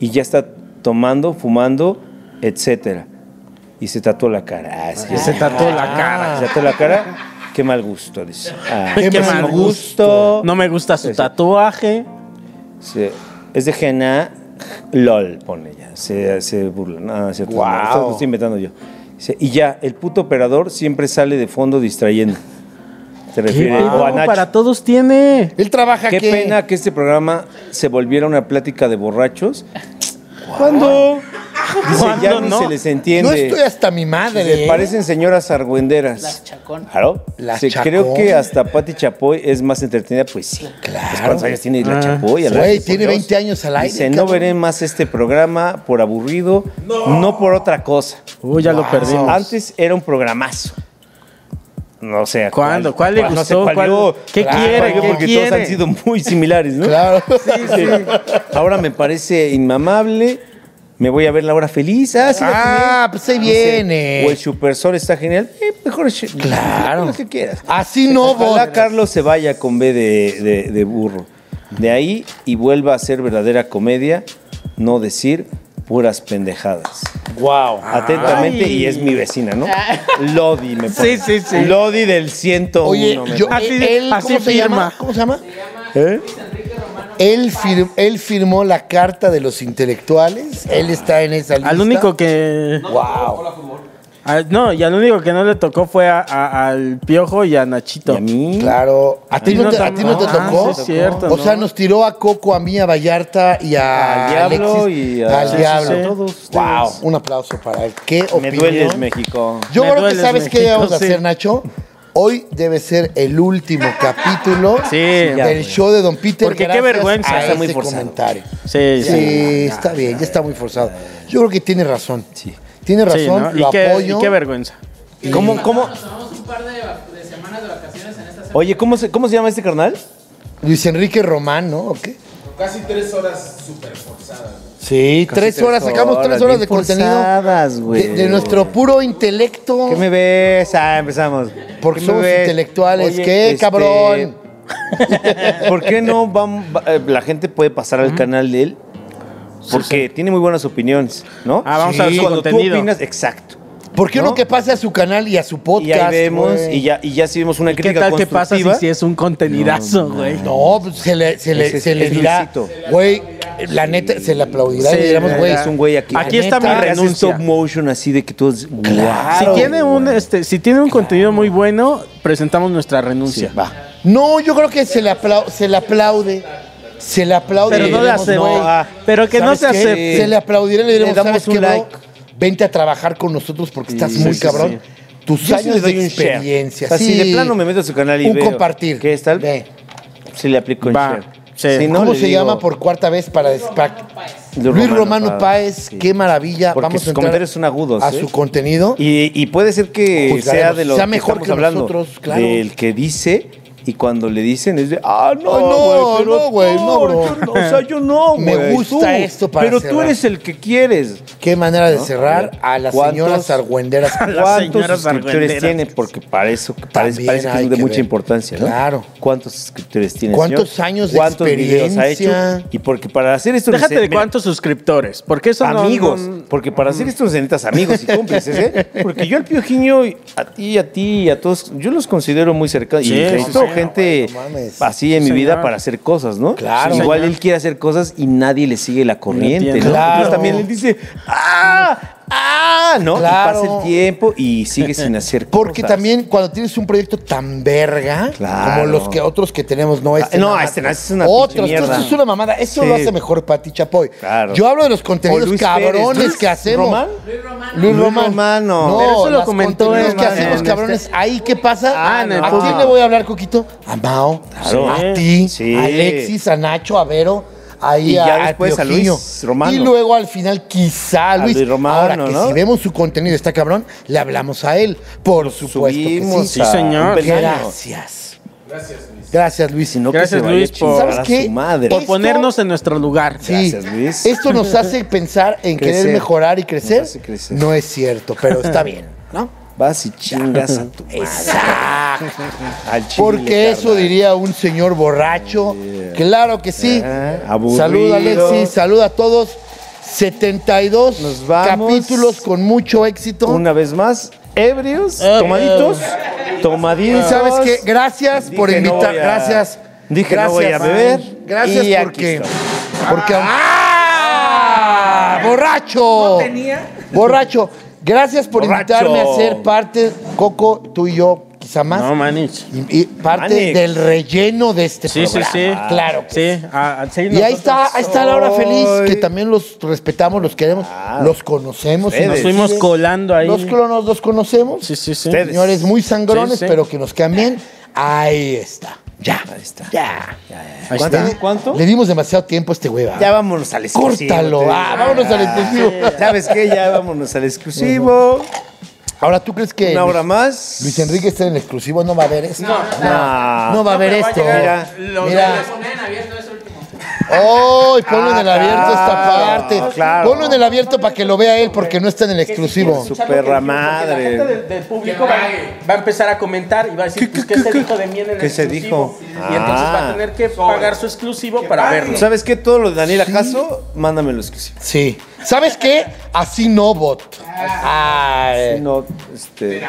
y ya está tomando, fumando, etcétera. Y se tatuó la cara. Ah, sí,
Se tatuó la cara.
Se tatuó la cara. Qué mal gusto, dice. Ah,
Qué mal
mal
gusto.
gusto.
No me gusta su
Sí, sí.
tatuaje.
Sí. Es de Jena LOL, pone ya. Se, se burlan. Ah, es cierto,
Guau.
no, esto lo estoy inventando yo. Dice, y ya, el puto operador siempre sale de fondo distrayendo. Se refiere o a
No,
Nacho.
para todos tiene.
Él trabaja
Qué
que-
pena que este programa se volviera una plática de borrachos. ¿Cuándo? Dice,
(laughs) ¿Cuándo
ya ni
no?
se les entiende.
No estoy hasta mi madre.
Se
¿eh?
parecen señoras argüenderas.
Las Chacón.
Claro.
Las
Sí,
Chacón.
Creo que hasta Pati Chapoy es más entretenida, pues sí.
Claro.
Pues, ¿Cuántos años tiene la
Ah.
Chapoy? Al
Güey,
aire, por
tiene
Dios.
20 años al aire,
Dice, no
cabrón.
veré más este programa por aburrido, no, por otra cosa.
Uy, ya lo perdimos.
Antes era un programazo. No sé. a
¿Cuándo? ¿Cuál le
(laughs) no sé
gustó? ¿Cuál-
yo-
qué
Claro,
quiere?
yo
¿Qué
porque todos
quiere?
han sido muy similares, ¿no?
¿eh? Claro.
(laughs) Sí. Ahora me parece inmamable. Me voy a ver la hora feliz. Ah, sí, la
Ah,
tenía.
pues ahí
Dice,
viene.
O el supersor está genial. Eh, mejor
Claro.
lo que quieras.
Así no,
Ojalá
Bob.
Carlos se vaya con B de, de- de burro. De ahí y vuelva a ser verdadera comedia, no decir puras pendejadas.
Wow.
Atentamente,
Ay.
y es mi vecina, ¿no?
Ah.
Lodi me pone.
Sí, sí, sí.
Lodi del 101.
Oye,
me
yo,
pone.
Así-
él, ¿cómo
Ah, así
se llama?
firma.
¿Cómo se llama?
¿Eh?
Él, fir- él firmó la carta de los intelectuales. Él está en esa lista.
Al único que.
Wow.
al- no, y al único que no le tocó fue a- a- al Piojo y a Nachito.
Y a mí.
Claro. ¿A ti
mí
no
no
te,
tam-
a ti no te
ah,
tocó?
sí es cierto,
o sea,
¿no?
nos tiró a Coco, a mí, a Vallarta y a
Al diablo
Alexis,
y a-
al
sí, sí,
diablo.
sí, a
todos ustedes.
Wow. Un aplauso para él. ¿Qué
Me
opinión?
dueles, México.
Yo
Me
creo que
dueles,
sabes qué
México,
vamos a
sí.
hacer, Nacho. Hoy debe ser el último capítulo
Sí.
del
Ya, güey.
show de Don Peter.
Porque qué
gracias
vergüenza.
a
Está muy
ese
forzado.
comentario.
Sí, sí.
Sí, está bien, ya está muy forzado. Yo creo que tiene razón.
Sí.
Tiene razón,
Sí, ¿no?
lo
y, qué,
apoyo.
y qué vergüenza.
¿Cómo, cómo?
Nos tomamos un par de, de semanas
semanas de vacaciones en esta semana.
Oye, ¿cómo se, ¿cómo se llama este carnal?
Luis Enrique Román, ¿no? ¿O qué?
Casi tres horas súper forzadas. güey.
Sí,
Casi
tres
tres
horas, sacamos tres
horas,
horas
bien
de contenido.
forzadas, güey.
De, de nuestro puro intelecto.
¿Qué me ves? Ah, empezamos.
Porque
¿Qué me
somos
ves?
intelectuales.
Oye,
¡Qué
este,
cabrón!
(laughs) ¿Por qué no vam- va- eh, la gente puede pasar al canal de él? Porque tiene muy buenas opiniones, ¿no?
Ah, vamos a ver su
Cuando
contenido.
tú opinas, exacto.
¿Por qué no,
¿no?
que pase a su canal y a su podcast?
y ahí vemos,
güey?
y ya, y ya si vemos una
¿Qué
crítica
tal que pasa si,
constructiva.
si es un contenidazo, güey?
No, pues se le, se le,
Ese es-
se le
es
dirá,
Luisito.
güey, la neta, se le aplaudirá
Sí,
y le diremos,
la
güey,
es un güey aquí.
Aquí está mi
Ah, que hace
renuncia.
stop motion así de que todos.
Claro.
Si tiene un, este, si tiene un contenido muy bueno, presentamos nuestra renuncia.
No, yo creo que se le, aplau- se le aplaude. Se le aplaude.
Pero
y
no le
le diremos,
acepte.
no, ah,
pero que no
¿sabes
se
qué?
acepte.
Se le aplaudirá y le diremos,
Le damos
¿sabes qué,
un
bro?
like.
Vente a trabajar con nosotros porque estás
Sí,
muy
sí,
cabrón. Tus
Yo sí
años
le doy
de
un share.
experiencia.
O sea,
sí.
si de plano me meto a su canal y
Un
veo
compartir.
¿Qué tal?
Ve.
Si le aplico un
Va,
share.
sí.
Si no,
¿Cómo
le
se
digo,
llama por cuarta vez para... para-
Luis
Luis Romano Páez,
Sí.
qué maravilla.
Porque
Vamos a
sus
entrar
comentarios son agudos,
a
¿eh?
su contenido.
Y, y puede ser que
Juzgaremos.
sea de lo
Sea
que
mejor
estamos
que
hablando.
nosotros, claro.
Del que dice y cuando le dicen es de, ah, no,
Ah, no,
güey, pero
no, güey, no,
tú,
bro.
yo no, o sea, yo no,
(laughs) Me
güey.
gusta
tú,
esto para
Pero tú
cerrar.
eres el que quieres.
Qué manera de
¿No?
cerrar a las
¿Cuántos?
señoras argüenderas.
(laughs) Las
¿Cuántos
señoras
suscriptores
argüenderas.
tiene? Porque para eso parece,
También
parece que
hay
es de
que
mucha
ver.
importancia, ¿no?
Claro.
¿Cuántos suscriptores tiene?
¿Cuántos
señor?
años de
¿Cuántos videos ha
experiencia?
hecho? Y porque para hacer esto
Déjate de
necesita-
cuántos suscriptores. Porque eso no-
amigos,
no-
porque para
Mm.
hacer esto necesitas amigos y cómplices,
(laughs)
¿eh? Porque yo al Piojiño, y a ti, a ti y a todos, yo los considero muy cercanos.
Sí,
y necesito
sí,
gente
no mames.
así en mi
Sí,
vida
señor.
para hacer cosas, ¿no?
Claro.
Igual
Sí, señor.
él quiere hacer cosas y nadie le sigue la corriente,
entiendo.
¿no?
Claro.
Entonces también él dice, ¡ah! ¡ah! ¿No?
Claro.
Y pasa el tiempo y sigue
(laughs)
sin hacer
Porque
cosas.
también cuando tienes un proyecto tan verga,
Claro.
como los que otros que tenemos, no este.
Ah, no,
nada más.
este no, este es una pinche
Otros,
mierda.
esto es una mamada. Eso
Sí.
lo hace mejor Pati Chapoy.
Claro.
Yo hablo de los
O
contenidos
Luis
cabrones
Pérez. ¿Luis
que hacemos.
Román?
Luis Romano.
Luis
Luis
Román.
Romano.
No,
Pero eso lo
los
comentó
contenidos
en-
que hacemos,
este-
en
cabrones. Ahí, ¿qué pasa?
Ah, en el
¿A quién
público.
le voy a hablar, Coquito? A Mao,
Claro. eh.
a ti,
Sí.
a Alexis, a Nacho, a Vero. Ahí
Y ya
al
después a
Piojiño.
Luis Romano.
Y luego al final quizá a Luis.
Luis Romano,
Ahora que
¿no?
si vemos su contenido está cabrón, le hablamos a él. Por supuesto
Subimos
que sí.
Sí, señor.
Gracias.
Gracias, Luis.
Gracias, Luis.
Sino que
Gracias,
se vaya
Luis,
a chingar
por-
a
¿Sabes qué?
su madre.
Por
Esto-
ponernos en nuestro lugar.
Sí.
Gracias, Luis.
Esto nos hace pensar en querer
Crecer.
mejorar y crecer.
Nos hace crecer.
No es cierto, pero
(laughs)
está bien, ¿no?
Vas y chingas a
(laughs)
tu madre.
Exacto.
Al chile,
Porque eso
carnal.
diría un señor borracho. Claro que sí.
Ah, aburrido.
Saluda Alexis, saluda a todos. 72
Nos vamos.
capítulos con mucho éxito.
Una vez más, ebrios,
Ebrios.
tomaditos,
y
tomaditos.
sabes qué, gracias por
Dije, no
invitar,
voy a-
gracias.
Dije,
gracias.
no voy a beber.
Gracias
Y aquí
porque
estoy.
porque ¡Ah! borracho. Borracho. Gracias por
Borracho.
invitarme a ser parte Coco, tú y yo, quizá más.
No, manich.
y, y parte
Manix.
del relleno de este
Sí, sí,
programa.
sí.
Claro. que
Sí. ah, sí,
Y ahí
nosotros
está, ahí está la hora feliz, que también los respetamos, los queremos,
Claro.
los conocemos.
Ustedes.
Ah. Nos
inclusive.
fuimos colando ahí.
Los clonos los conocemos.
Sí, sí, sí.
Ustedes.
Señores muy sangrones,
Sí, sí.
pero que nos quedan bien. Ahí está. Ya.
Ahí está.
Ya.
Ahí
¿Cuánto?
está.
¿Cuánto?
Le dimos demasiado tiempo a este güey. ¿va?
Ya vámonos al exclusivo.
Córtalo.
te digo.
Ah, vámonos al exclusivo.
¿Sabes qué? Ya vámonos al exclusivo.
Ahora, ¿tú crees que
Una hora
Luis,
más.
Luis Enrique está en el exclusivo? No va a ver esto. No,
No.
va a ver
pero va a
esto.
llegar.
Los-
Mira.
Poner en abierto es último.
¡Oh! Ponlo en el
Ah,
abierto
claro,
esta parte.
claro.
Ponlo en el abierto para que lo vea él, porque no está en el exclusivo.
Su perra madre.
del público va, a empezar a comentar y va a decir
¿Qué, qué, pues, ¿qué qué, se qué? dijo
de mí en
¿Qué se exclusivo? dijo? Y entonces va a Ah. tener
que pagar su exclusivo para verlo.
¿Sabes qué? Todo lo de Daniel Acaso, mándamelo exclusivo.
Sí. ¿Sabes qué? Así no, bot.
Si
Ay,
No, este.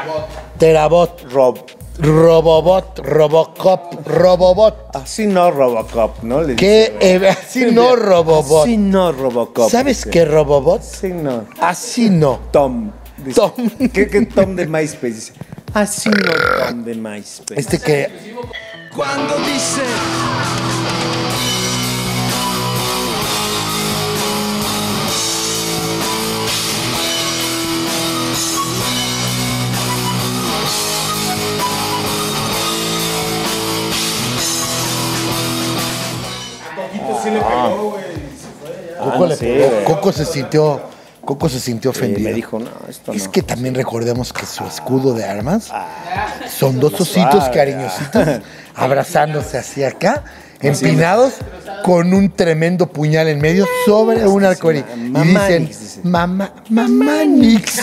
terabot.
Rob.
Robobot, Robocop, Robobot.
Así ah, no Robocop, ¿no? Le
¿Qué? eh, así no, Robobot.
Así no Robocop.
¿Sabes
dice.
qué, Robobot?
Así no.
Así no.
Tom. dice.
Tom.
¿Qué, qué Tom de MySpace? Dice. Así no Tom de MySpace.
Este que
cuando dice
Coco, le
sí,
pegó.
güey. Ah,
Coco se sintió. Coco se sintió ofendido.
Eh, me dijo, no, esto
Es
no. Ah,
que también recordemos que su escudo de armas son dos ositos
suave,
cariñositos
(laughs)
abrazándose hacia acá, empinados, con un tremendo puñal en medio sobre un arcoíris. Y
Mamá
dicen,
Nix, dice.
mamá, mamá
(laughs)
Nix.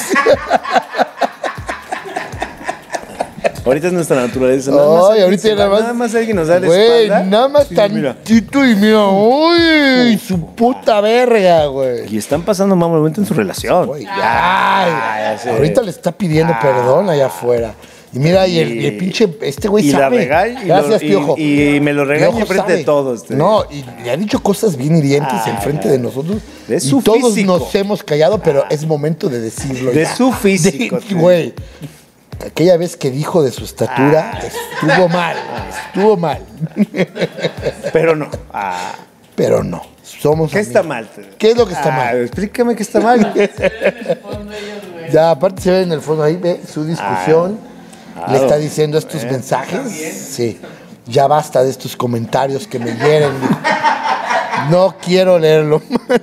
Ahorita es nuestra naturaleza. nada más
Ay,
alguien
ahorita
se
ya
va,
nada más.
Nada más alguien nos da la
Güey,
espalda.
nada más
Sí, mira.
tantito y mira, uy, su puta verga, güey.
Y están pasando mal momento en su relación.
Güey, ay,
Ah, sé. Ah.
ahorita le está pidiendo perdón allá afuera. Y mira, y, el, y el pinche, este güey
y la
sabe.
regaña y lo-
Gracias,
y-
Piojo.
y me lo regaña
Piojo
enfrente de
sabe.
todos, te
No, y le ha dicho cosas bien hirientes
Ah,
enfrente de nosotros.
De
y
su
todos
físico. Ah.
nos hemos callado, pero es momento de decirlo.
De
ya.
su físico,
De-
te-
Güey, aquella vez que dijo de su estatura,
Ah.
estuvo mal, estuvo mal.
Pero no. Ah,
Pero no, somos
¿Qué está
amigos.
mal? Ah,
¿Qué es lo que está mal?
Explícame qué está
(laughs)
mal.
Ya, aparte se ve en el fondo ahí, ve su discusión.
Ah,
le está
ah,
diciendo estos mensajes. Sí. Ya basta de estos comentarios que me hieren. dijo. No quiero leerlo más.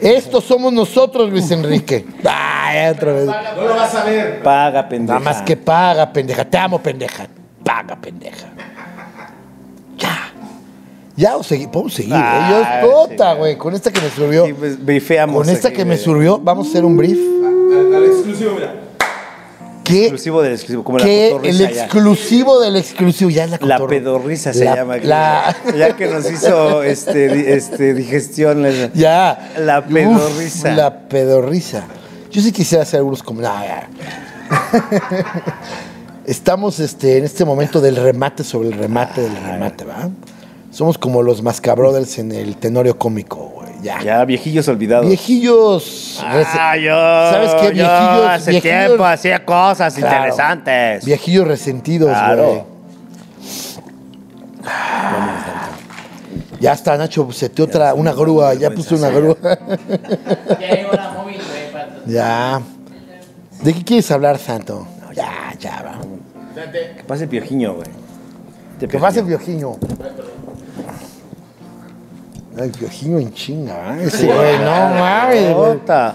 Estos somos nosotros, Luis Enrique. Ay, otra vez.
No lo vas a ver.
Paga, pendeja.
Nada más que paga, pendeja. Te amo, pendeja. Paga, pendeja. Ya. Ya, o segui- podemos seguir.
Ah,
¿eh? Yo es
chingada.
puta, güey. Con esta que me surgió.
Sí, pues, bifeamos
Con esta
aquí,
que me
güey.
surgió, vamos a hacer un brief.
Al, al Ah, exclusivo, mira.
¿Qué
Exclusivo del exclusivo. Como
que
la
el
cotorrisa ya.
exclusivo del exclusivo ya es la
La
cotorra-
pedorrisa se
La-
llama. aquí.
la-
Ya que nos hizo este, di- este, digestión. la-
(laughs) ya
La
Uf,
pedorrisa.
la pedorrisa yo sí quisiera hacer
(laughs)
algunos comentarios estamos este en este momento del remate sobre el remate del remate ¿va? somos como los mascabrothers en el tenorio cómico güey ya,
Ya, viejillos olvidados.
viejillos
Ah,
rese-
yo,
¿Sabes qué?
yo
Viejillos-
hace
viejillos-
tiempo hacía cosas
Claro.
interesantes.
viejillos resentidos
Claro.
güey. ya está Nacho seteó otra una grúa ya puso una grúa
Ya hay una móvil, güey, para
(laughs) Ya. ¿De qué quieres hablar, Santo? ya, ya, vamos.
Que pase el piojiño, güey. Te
Que pase el Piojiño. Ay, El Piojiño en chinga, ¿eh? Ese güey, no mames, güey.
Jota.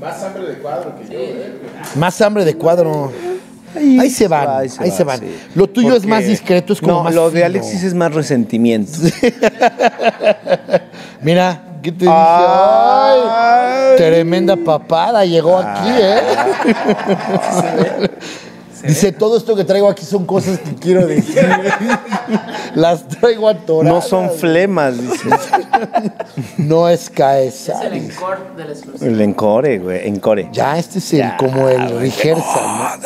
Más hambre de cuadro que yo, eh.
Más hambre de cuadro. Ahí se van, ahí se, van.
sí.
Lo tuyo es
Porque-
más discreto, es como
no,
más
lo de
fino.
Alexis es más resentimiento.
Mira, ¿qué te dice?
Ay.
Ay, tremenda papada llegó aquí, ¿eh? Dice, todo esto que traigo aquí son cosas que quiero decir. Las traigo atoradas.
No son flemas, dice.
No es
Es el
Caesar.
encore del exclusivo.
El encore, güey, encore.
Ya, este es el, como el rehearsal.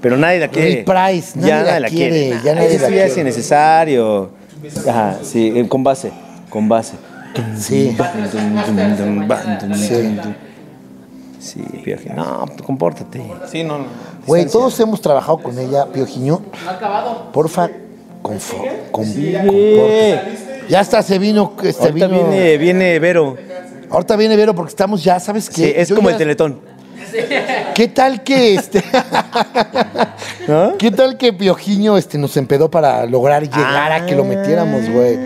Pero nadie la quiere.
Rick Price, nadie
ya
la
nadie la
quiere,
quiere.
ya nadie
Eso
la
ya
quiere.
es innecesario. Ajá, sí, eh, con base, con base.
¿no? Oh, Sí. Sí.
Sí, Piojiño. No, tú compórtate.
Sí, no, no.
Güey, todos hemos trabajado con ella, Piojiño.
No ha acabado.
Porfa, confo- con, compórtate. Ya está, se vino. Este
Ahorita
vino-
viene, viene Vero.
Ahorita viene Vero porque estamos ya, ¿sabes qué?
Sí, es
Yo
como
ya-
el
(laughs)
teletón.
¿Qué tal que este? (laughs) ¿Qué tal que Piojiño este, nos empedó para lograr llegar a que lo metiéramos, güey?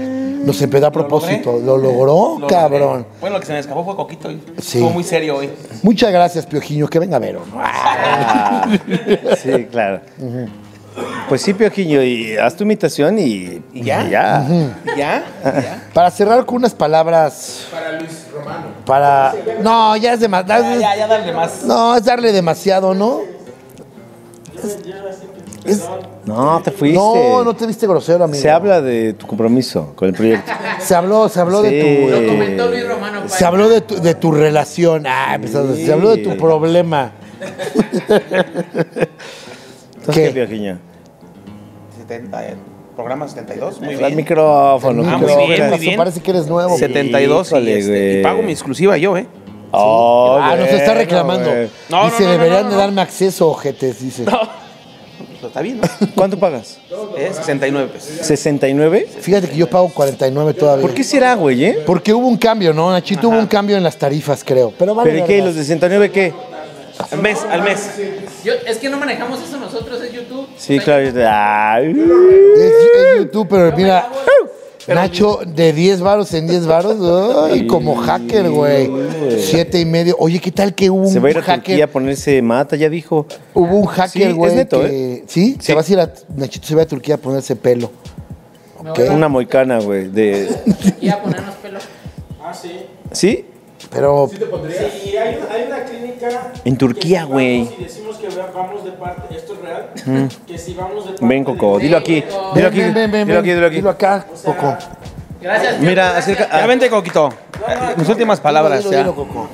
Nos empedó a propósito. Lo, logró,
Lo
cabrón.
logré. Bueno, lo que se me escapó fue Coquito. hoy.
Sí.
Estuvo muy serio hoy.
Muchas gracias, Piojiño. Que venga Vero.
Ah, sí, claro. Pues sí, Piojiño, y haz tu imitación y,
¿Y ya?
y ya.
¿Y ¿Ya?
Para cerrar con unas palabras. Para Luis Romano. Para. No, ya es
Ya, ya,
demasiado.
ya, dale más.
No, es darle demasiado, ¿no? Es- es-
No, te fuiste.
No, no te viste grosero, amigo.
Se habla de tu compromiso con el proyecto.
Se habló, se habló
Sí.
de
Lo comentó Luis Romano.
tu.
Paiva.
Eh, Se habló de tu, de tu relación. Ah, empezando. Se habló de
(laughs)
tu problema. Ah,
Entonces,
¿Qué?
¿qué, Piojiño?
70, eh, programa 72. Muy
Al
bien.
micrófono. ¿qué
Ah, muy bien,
logras?
muy bien.
Parece que eres nuevo. güey.
72 y,
Híjole,
este,
güey.
y pago mi exclusiva yo, ¿eh?
Oh,
Ah, nos está
bueno,
reclamando.
güey.
No,
dice,
no, no, no,
deberían
no,
de
no.
darme acceso, ojetes, dice.
Pues está bien, ¿no?
¿Cuánto
(laughs)
pagas?
Es 69 pesos.
¿69?
Fíjate que yo pago 49 todavía.
¿Por qué será, güey, eh?
Porque hubo un cambio, ¿no, Nachito? Hubo un cambio en las tarifas, creo. Pero vale.
¿Pero y qué? ¿Y
vergas.
los de 69 qué?
Al mes, al mes.
Yo- es que no manejamos eso nosotros, es YouTube.
Sí,
O sea,
claro. yo te- Ay,
Es, es YouTube, pero mira. Nacho, de 10 varos en 10 varos. Ay, como hacker, güey. Siete y medio. Oye, ¿qué tal que hubo
Se va a
un
ir a Turquía
hacker?
a ponerse mata, ya dijo.
Hubo un
Sí,
hacker,
es
güey.
neto, ¿eh?
que- ¿Sí?
Sí.
Se va a ir a. Nachito se va a Turquía a ponerse pelo.
Me
Ok.
voy a-
Una moicana, güey. De...
Y a ponernos pelo.
Ah, sí.
¿Sí?
Pero.
Sí, hay, una- hay una clínica.
En Turquía,
que si
güey. Mm.
vamos y decimos que vamos de parte, esto es real, que si vamos de parte.
Ven, Coco.
de-
Dilo aquí. Dilo aquí. Dilo aquí, dilo aquí.
Dilo acá, Coco.
Gracias.
Mira,
gracias.
acerca.
Ya vente, Coquito. Mis últimas palabras,
Dilo,
ya.
dilo, Coco.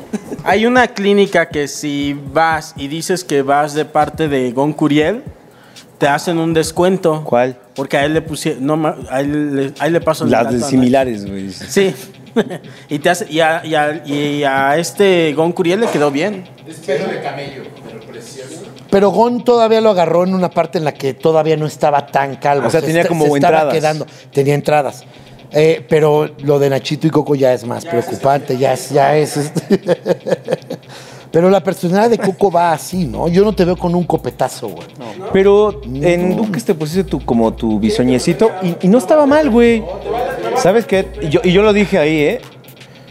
Hay una clínica que si vas y dices que vas de parte de Gon Curiel, te hacen un descuento.
¿Cuál?
Porque a él le pusieron. No, ma- a él le, a él le pasan el
Las
dato
de
a Nacho.
similares, güey.
Sí. (laughs) y, te hace- y, a, y a- y a este Gon Curiel le quedó bien.
Pero Gon todavía lo agarró en una parte en la que todavía no estaba tan calvo.
O sea, tenía
esta-
como entradas.
quedando. Tenía entradas. Eh, pero lo de Nachito y Coco ya es más preocupante, ya es, ya es. este. (laughs) pero la personalidad de Coco va así, ¿no? Yo no te veo con un copetazo, güey.
Pero en Duques te pusiste tu, como tu bisoñecito y, y no estaba mal, güey. ¿Sabes qué? Y yo, y yo lo dije ahí, ¿eh?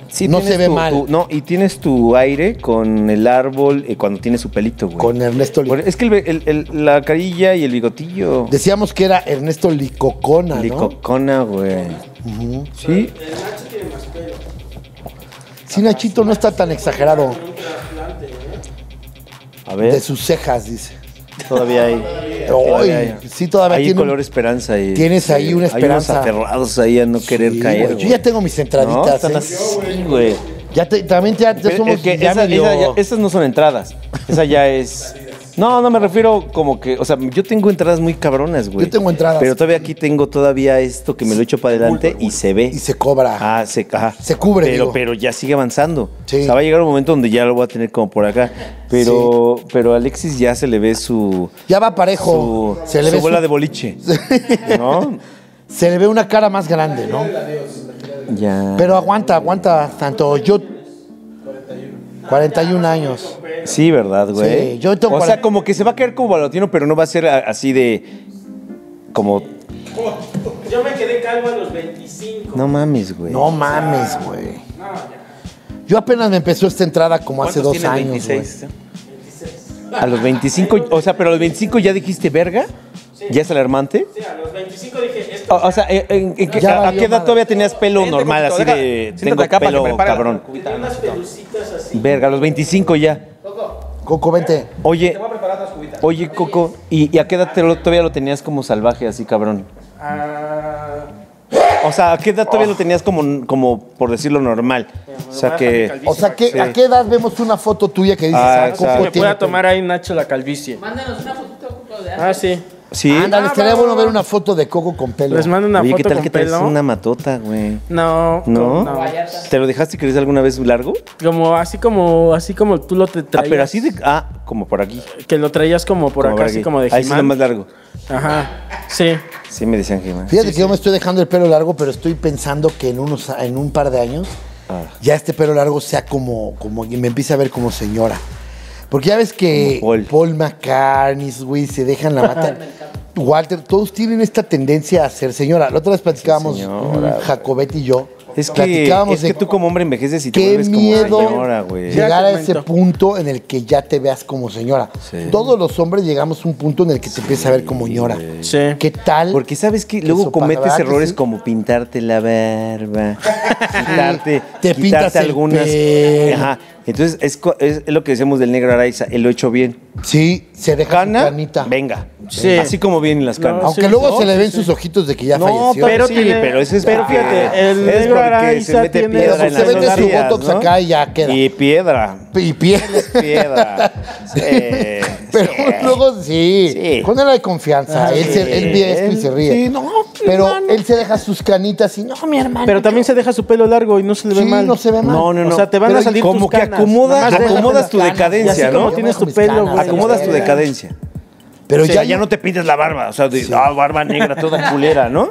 Sí,
No
tienes
se ve
tu-
mal.
tu- no, y tienes tu aire con el árbol eh, cuando tiene su pelito, güey.
Con Ernesto
Por- e-
Li-
Es que el, el- el- la carilla y el bigotillo.
Decíamos que era Ernesto Licocona, ¿no?
Licocona, güey. Sí.
Sí, Nachito no está tan exagerado.
A
De
ver,
sus cejas, dice.
todavía hay. todavía
Ay, sí, todavía
hay
tiene un-
color esperanza. ahí.
Tienes ahí
Sí,
una esperanza.
Hay unos aferrados ahí a no querer
Sí,
caer.
güey. Yo ya tengo mis
No,
entraditas.
están
¿eh?
así, güey.
Ya te- también ya, ya
Pero
somos
es que
ya
esa-
medio-
esa ya- esas no son entradas. Esa ya es. No, no me refiero como que. O sea, yo tengo entradas muy cabronas, güey.
Yo tengo entradas.
Pero todavía aquí tengo todavía esto que me lo echo para adelante y se ve.
y se cobra.
Ah, se, ajá.
Se cubre,
Pero,
digo.
pero ya sigue avanzando.
Sí.
O sea, va a llegar un momento donde ya lo voy a tener como por acá. Pero, pero a Alexis ya se le ve su.
ya va parejo.
Su,
se, le
su
ve su-
bola de
(laughs)
boliche. ¿No?
se le ve una cara más grande, ¿no?
Ya.
Pero aguanta, aguanta tanto. Yo 41 años.
Sí, ¿verdad, güey?
Sí, yo tengo
O sea,
cuarenta-
como que se va a caer como balotino, pero no va a ser a- así de. Como.
Yo me quedé calvo a los 25.
No mames, güey.
No mames, güey. Yo apenas me empezó esta entrada como hace dos años, güey.
A los 25, o sea, pero a los 25 ya dijiste verga. ¿Ya es alarmante?
Sí, a los 25 dije esto.
O, o sea, ¿en- en- en qué-
Ya
¿a
valió
qué edad
madre.
todavía tenías pelo normal? Así de. Tengo pelo cabrón. Verga, a los 25 ya.
Coco, vente.
Oye, oye, Coco, ¿y, y a qué edad te lo- todavía lo tenías como salvaje, así cabrón? O sea, ¿a qué edad todavía lo tenías como, como por decirlo, normal? O sea, que.
O sea, ¿qué-
Sí.
¿a qué edad vemos una foto tuya que dices,
Ah,
ah,
exacto.
Coco
me
tiene
pueda tomar ahí Nacho la calvicie.
Mándanos una fotito Coco, de
Ah, sí.
Sí.
pelo? Ándale,
Ah,
estaría
va, va,
bueno
va.
ver una foto de Coco con pelo.
Les mando una
Oye, ¿qué
foto
tal
con
que traes
pelo.
una matota, güey?
No,
¿No?
Vallarta.
¿Te lo dejaste crecer alguna vez largo?
Como así como así como tú lo te
Ah,
traías.
pero así de. Ah, como por aquí.
que lo traías como por acá, así
aquí.
como de
Ahí sí lo
He-Man.
más largo.
Ajá. Sí.
Sí, me decían He-Man.
Fíjate que yo me estoy dejando el pelo largo, pero estoy pensando que en unos en un par de años
Ah.
ya este pelo largo sea como como y me empiece a ver como señora. Porque ya ves que
Como Paul.
McCartney, güey, se dejan la mata.
(laughs)
Walter, todos tienen esta tendencia a ser señora. La otra vez platicábamos,
señora,
mm, Jacobet y yo.
Es que, es que tú como hombre envejeces y te
Qué
vuelves
miedo
como señora, güey.
llegar
Ya
a
comentó.
ese punto en el que ya te veas como señora.
Sí.
Todos los hombres llegamos a un punto en el que te empiezas a ver como señora.
Sí.
¿Qué tal?
Porque sabes que
Que
luego
sopa, ¿verdad
cometes
que
errores
sí?
como pintarte la
(laughs)
barba, quitarte,
Te
quitarte
pintas el
algunas.
pelo.
Ajá. Entonces es, co- es lo que decimos del negro Araiza, el lo hecho bien.
Sí, se deja
Cana,
su canita.
venga.
Sí.
Así como vienen las canas.
No,
Aunque
sí,
luego
no,
se le
sí,
ven
sí.
sus ojitos de que ya
No,
falleció.
pero
pero
sí,
tiene-
pero ese es
pero
porque-
fíjate, el
es
negro
porque
Araiza
se mete
tiene-
piedra
Pero
en
se
las
vende su
rodillas,
botox
¿no?
acá y ya queda.
Y piedra,
Y piel.
(laughs) piedra. Sí,
Pero
sí.
luego sí.
Sí.
Con él hay confianza. él, se, él ve esto y se ríe.
Ah, Sí, no,
pero
hermano.
él se deja sus canitas y no, mi hermano.
Pero también se deja su pelo largo y no se le ve
Sí,
mal.
no se ve mal.
No, no, no.
O sea, te van
Pero
a salir
como
tus
que
canas.
acomoda-
Nada más
acomoda-
déjame-
acomodas tu decadencia,
¿no?
Yo me
tienes
dejo
tu
mis
pelo,
canas,
güey.
a la
Acomodas tu
verga.
decadencia.
Pero
O sea,
ya,
ya no te pintas la barba, o sea, de, ah, barba negra
(laughs)
toda culera, ¿no?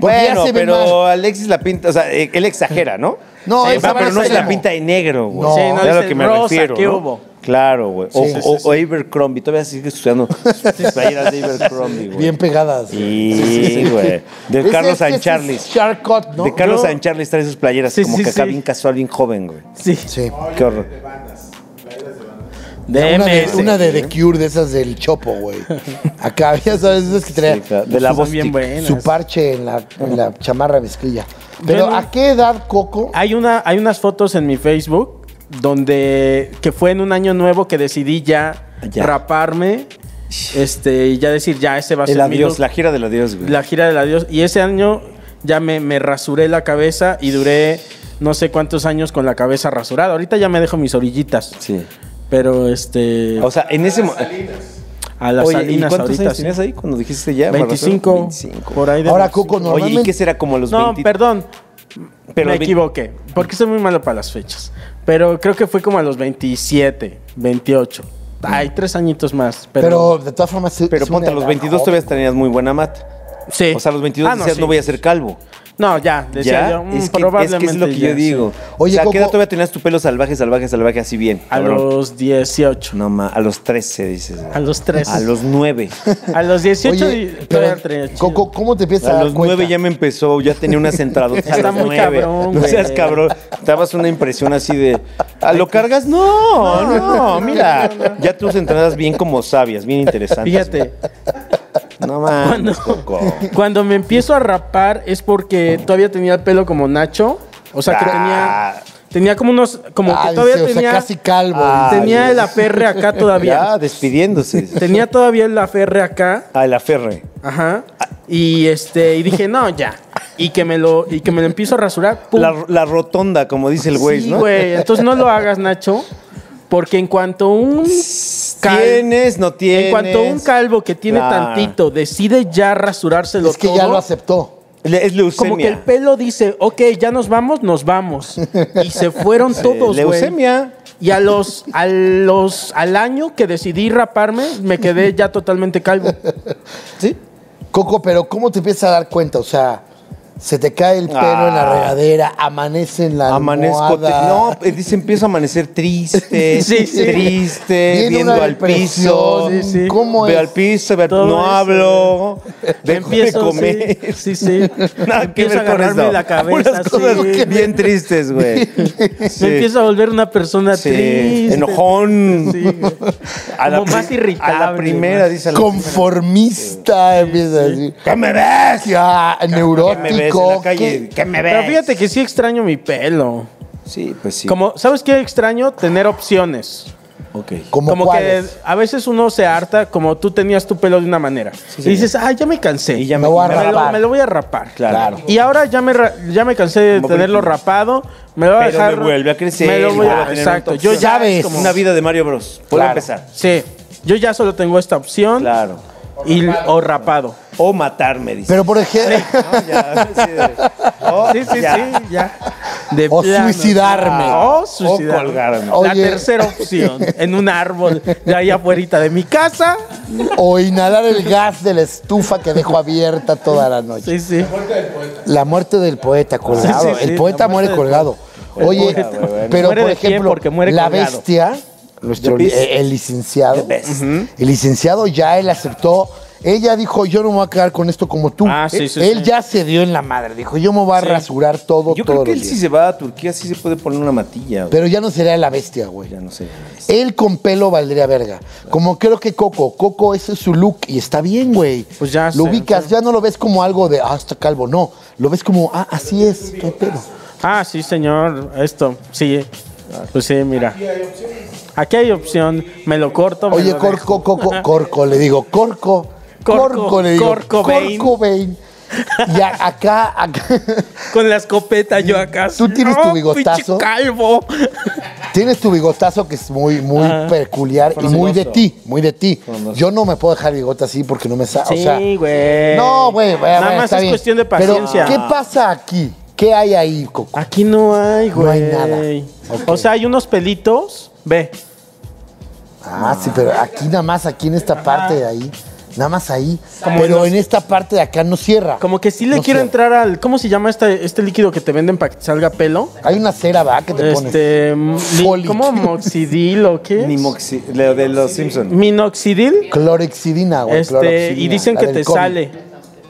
Porque ya
bueno,
se ve
pero Alexis la pinta, o sea, eh, él exagera, ¿no?
No,
Sí,
él
va,
se va
pero
al
no se la
extremo.
pinta de negro, güey.
No.
Sí,
no,
es a lo
dice,
que me
"Rosa,
refiero.
¿qué
¿no?
hubo?"
Claro, güey. O,
Sí, sí,
o- o Abercrombie. Todavía sigue
(laughs)
estudiando sus playeras de Abercrombie, güey.
Bien pegadas.
Sí, güey. De
Ese-
Carlos
ese es
Sancharles.
Charcot, ¿no?
De Carlos
Yo-
Sancharles trae sus playeras
Sí,
como
sí,
que acá
sí.
bien casual, bien joven, güey.
Sí.
Sí.
Qué horror.
Una de,
DMS.
una de The Cure, de esas del Chopo,
(laughs)
güey. Acá, ya sabes, esas que traía
Sí, claro. De la
Son
voz.
bien buenas.
su parche en la, en la chamarra mezclilla. Pero,
Bueno.
¿a qué edad, Coco?
Ah,
Hay, una, hay unas fotos en mi Facebook donde que fue en un año nuevo que decidí ya,
Ah, Ya.
raparme. Este, y ya decir, ya ese va a ser
El
mi
adiós,
look.
la gira del adiós, güey.
La gira del adiós. Y ese año ya me, me rasuré la cabeza y duré no sé cuántos años con la cabeza rasurada. Ahorita ya me dejo mis orillitas.
Sí.
Pero este.
O sea, en ese momento.
a las
Oye, ¿y
salinas
cuántos
ahorita.
años
sí.
tenías ahí cuando dijiste ya?
25,
25.
Por ahí de
Ahora,
los-
Coco,
Oye,
normalmente...
¿y qué será como a los
No,
20?
perdón.
Pero
me
ve-
equivoqué. Porque soy muy malo para las fechas. Pero creo que fue como a los 27, 28. Hay tres añitos más. Pero,
pero, de todas formas... es-
Pero
es una
ponte, a los
edad
22
joven.
todavía tenías muy buena mata.
sí.
O sea, a los 22
Ah,
decías,
sí.
no voy a ser calvo.
No, ya. Decía
¿Ya?
yo, mm,
es, que, es
probablemente.
que es lo que
ya,
yo digo.
sí.
Oye,
o sea, ¿a ¿qué edad
Coco-
todavía tenías tu pelo salvaje, salvaje, salvaje, así bien?
A
cabrón?
los 18.
No, ma, a los 13 dices.
A los 13.
A los 9.
A los 18
Oye,
y todavía tenía
pero,
chido.
Coco, ¿cómo te empiezas a
A
dar
los
cuenta?
9 ya me empezó, ya tenía unas entradas. a
(laughs) Está
los
muy
nueve.
cabrón,
No seas
güey. pues,
cabrón. Dabas una impresión así de. ¿Ah, ¿Lo cargas? No, no, mira. Ya tus entradas bien como sabias, bien interesantes.
(laughs)
Fíjate,
No mames,
(laughs)
Coco.
cuando me empiezo a rapar es porque todavía tenía el pelo como Nacho. O sea, que
Ah.
tenía. Tenía como unos. Como
Ah,
que todavía
dice,
tenía.
O sea, casi calvo.
Ah,
tenía
Dios.
el aferre acá todavía.
Ya, despidiéndose.
Tenía todavía el aferre acá.
A la ferre.
Ajá. Y este. Y dije, no, ya. Y que me lo, y que me lo empiezo a rasurar. pum,
La, la rotonda, como dice el güey,
sí,
¿no?
güey. Entonces no lo hagas, Nacho. Porque en cuanto un. cal-
Tienes, no tienes.
En cuanto un calvo que tiene
Claro.
tantito decide ya rasurárselo
es que
todo,
ya lo aceptó.
Le- es leucemia.
como que el pelo dice, ok, ya nos vamos, nos vamos. Y
(laughs)
se fueron
Eh,
todos, güey.
Leucemia.
Y a los, a los, al año que decidí raparme, me quedé ya totalmente calvo.
Sí.
Coco, pero ¿cómo te empiezas a dar cuenta? O sea, se te cae el pelo en la
Ah.
regadera, amanece en la
Amanezco. te-
almohada.
no, eh, dice, empiezo a amanecer (laughs) triste.
Sí, sí.
Triste,
Viene
viendo
una
al piso.
depresión,
sí, sí.
¿Cómo
Veo
es?
al piso, veo al-
Todo
no
eso.
hablo. Dejo
Empiezo,
de comer. (laughs)
Sí, sí. sí.
Nada que
empiezo a
ver con
agarrarme
eso.
la cabeza.
Puras cosas
sí.
bien tristes, güey. (laughs) Sí.
Me empiezo a volver una persona
Sí,
triste.
enojón.
Sí, güey. Como
pri-
más
A la
irritable,
primera,
más.
dice a la
Conformista, empieza a decir.
¿Qué me ves?
Ya,
¿Qué me ves en
neurótico.
la calle?
¿qué?
¿Qué me ves?
Pero fíjate que sí extraño mi pelo.
Sí, pues sí.
Como, ¿sabes qué extraño? Tener opciones.
Ok.
¿Cómo
como que
cuáles?
a veces uno se harta, como tú tenías tu pelo de una manera. y dices, ah, ya me cansé.
Y ya
Me voy a
me, lo,
rapar.
me lo voy a rapar.
Claro.
Y ahora ya me, ra- ya me cansé de
Como
tenerlo
Britney.
rapado. Me lo voy a
Pero
Ah, dejar.
me vuelve a crecer
Me lo
y
voy
vuelve
a,
a tener
exacto.
otra
Yo
opción.
ya
Ves,
es como-
Una vida de Mario Bros. Puedo
Claro.
empezar.
Sí. Yo ya solo tengo esta opción.
Claro.
Y, o rapado.
O matarme, dice.
Pero por ejemplo, (laughs)
No, ya, sí, de-
Oh,
o
Sí, sí,
ya.
sí, ya. De
O
plano.
suicidarme.
O suicidarme.
O colgarme.
La
Oye.
tercera opción. En un árbol de ahí afuera de mi casa.
o inhalar el gas de la estufa que dejó abierta toda la noche.
Sí, sí.
La muerte del poeta colgado.
Sí, sí, sí,
el poeta
la muerte
muere
del
colgado.
El
Oye,
poeta, güey, bueno.
pero
Muere
por
de pie
ejemplo,
porque muere
la
colgado.
bestia, nuestro
The
li-
Beast.
eh, el licenciado,
The Beast.
Ujú. el licenciado ya él aceptó. Ella dijo, yo no me voy a quedar con esto como tú.
Ah, sí, sí,
él
sí.
ya se dio en la madre. Dijo, yo me voy a rasurar todo,
Yo creo
todo.
que él si se va a Turquía sí se puede poner una matilla. güey.
Pero ya no sería la bestia, güey.
ya no sé.
Él con pelo valdría verga. Como creo que Coco. Coco, ese es su look y está bien, güey.
Pues ya
Lo
sé,
ubicas, ya no lo ves como algo de, ah, está calvo. No, lo ves como, ah, así es, qué pedo.
Ah, sí, señor. Esto, sí. Pues sí, mira. Aquí hay opción. Me lo corto. me
Oye,
lo dejo.
Corco, Coco, Corco, le digo, Corco.
Corco,
Corco, le digo.
Corco Bain.
Corco Bain. Y a- acá, acá, (laughs)
Con la escopeta yo acá.
Tú tienes tu
¡No,
bigotazo.
pinche calvo.
tienes tu bigotazo que es muy, muy
Ajá.
peculiar y muy de
Frondoso.
ti, muy de ti.
Frondoso.
Yo no me puedo dejar bigota así porque no me sale. o sea,
sí, güey.
no, güey, güey,
Nada
güey,
más
está
es
bien.
cuestión de
Pero,
paciencia.
¿qué pasa aquí? ¿Qué hay ahí, Coco?
Aquí no hay, güey.
No hay nada.
O sea, hay unos pelitos. Ve.
Ah, sí, pero aquí nada más, aquí en esta parte de ahí. Nada más ahí. Pero en esta parte de acá no cierra.
Como que sí le
No
quiero
cierra.
entrar al. ¿Cómo se llama este, este líquido que te venden para que te salga pelo?
Hay una cera, ¿verdad? Que te pones.
Este. li-
Fólico.
¿Cómo moxidil o qué? es?
Ni moxi- lo de los Simpsons.
Minoxidil.
Clorexidina, güey.
Este,
clorexidina,
y dicen
la
que
del
te
cómic.
sale.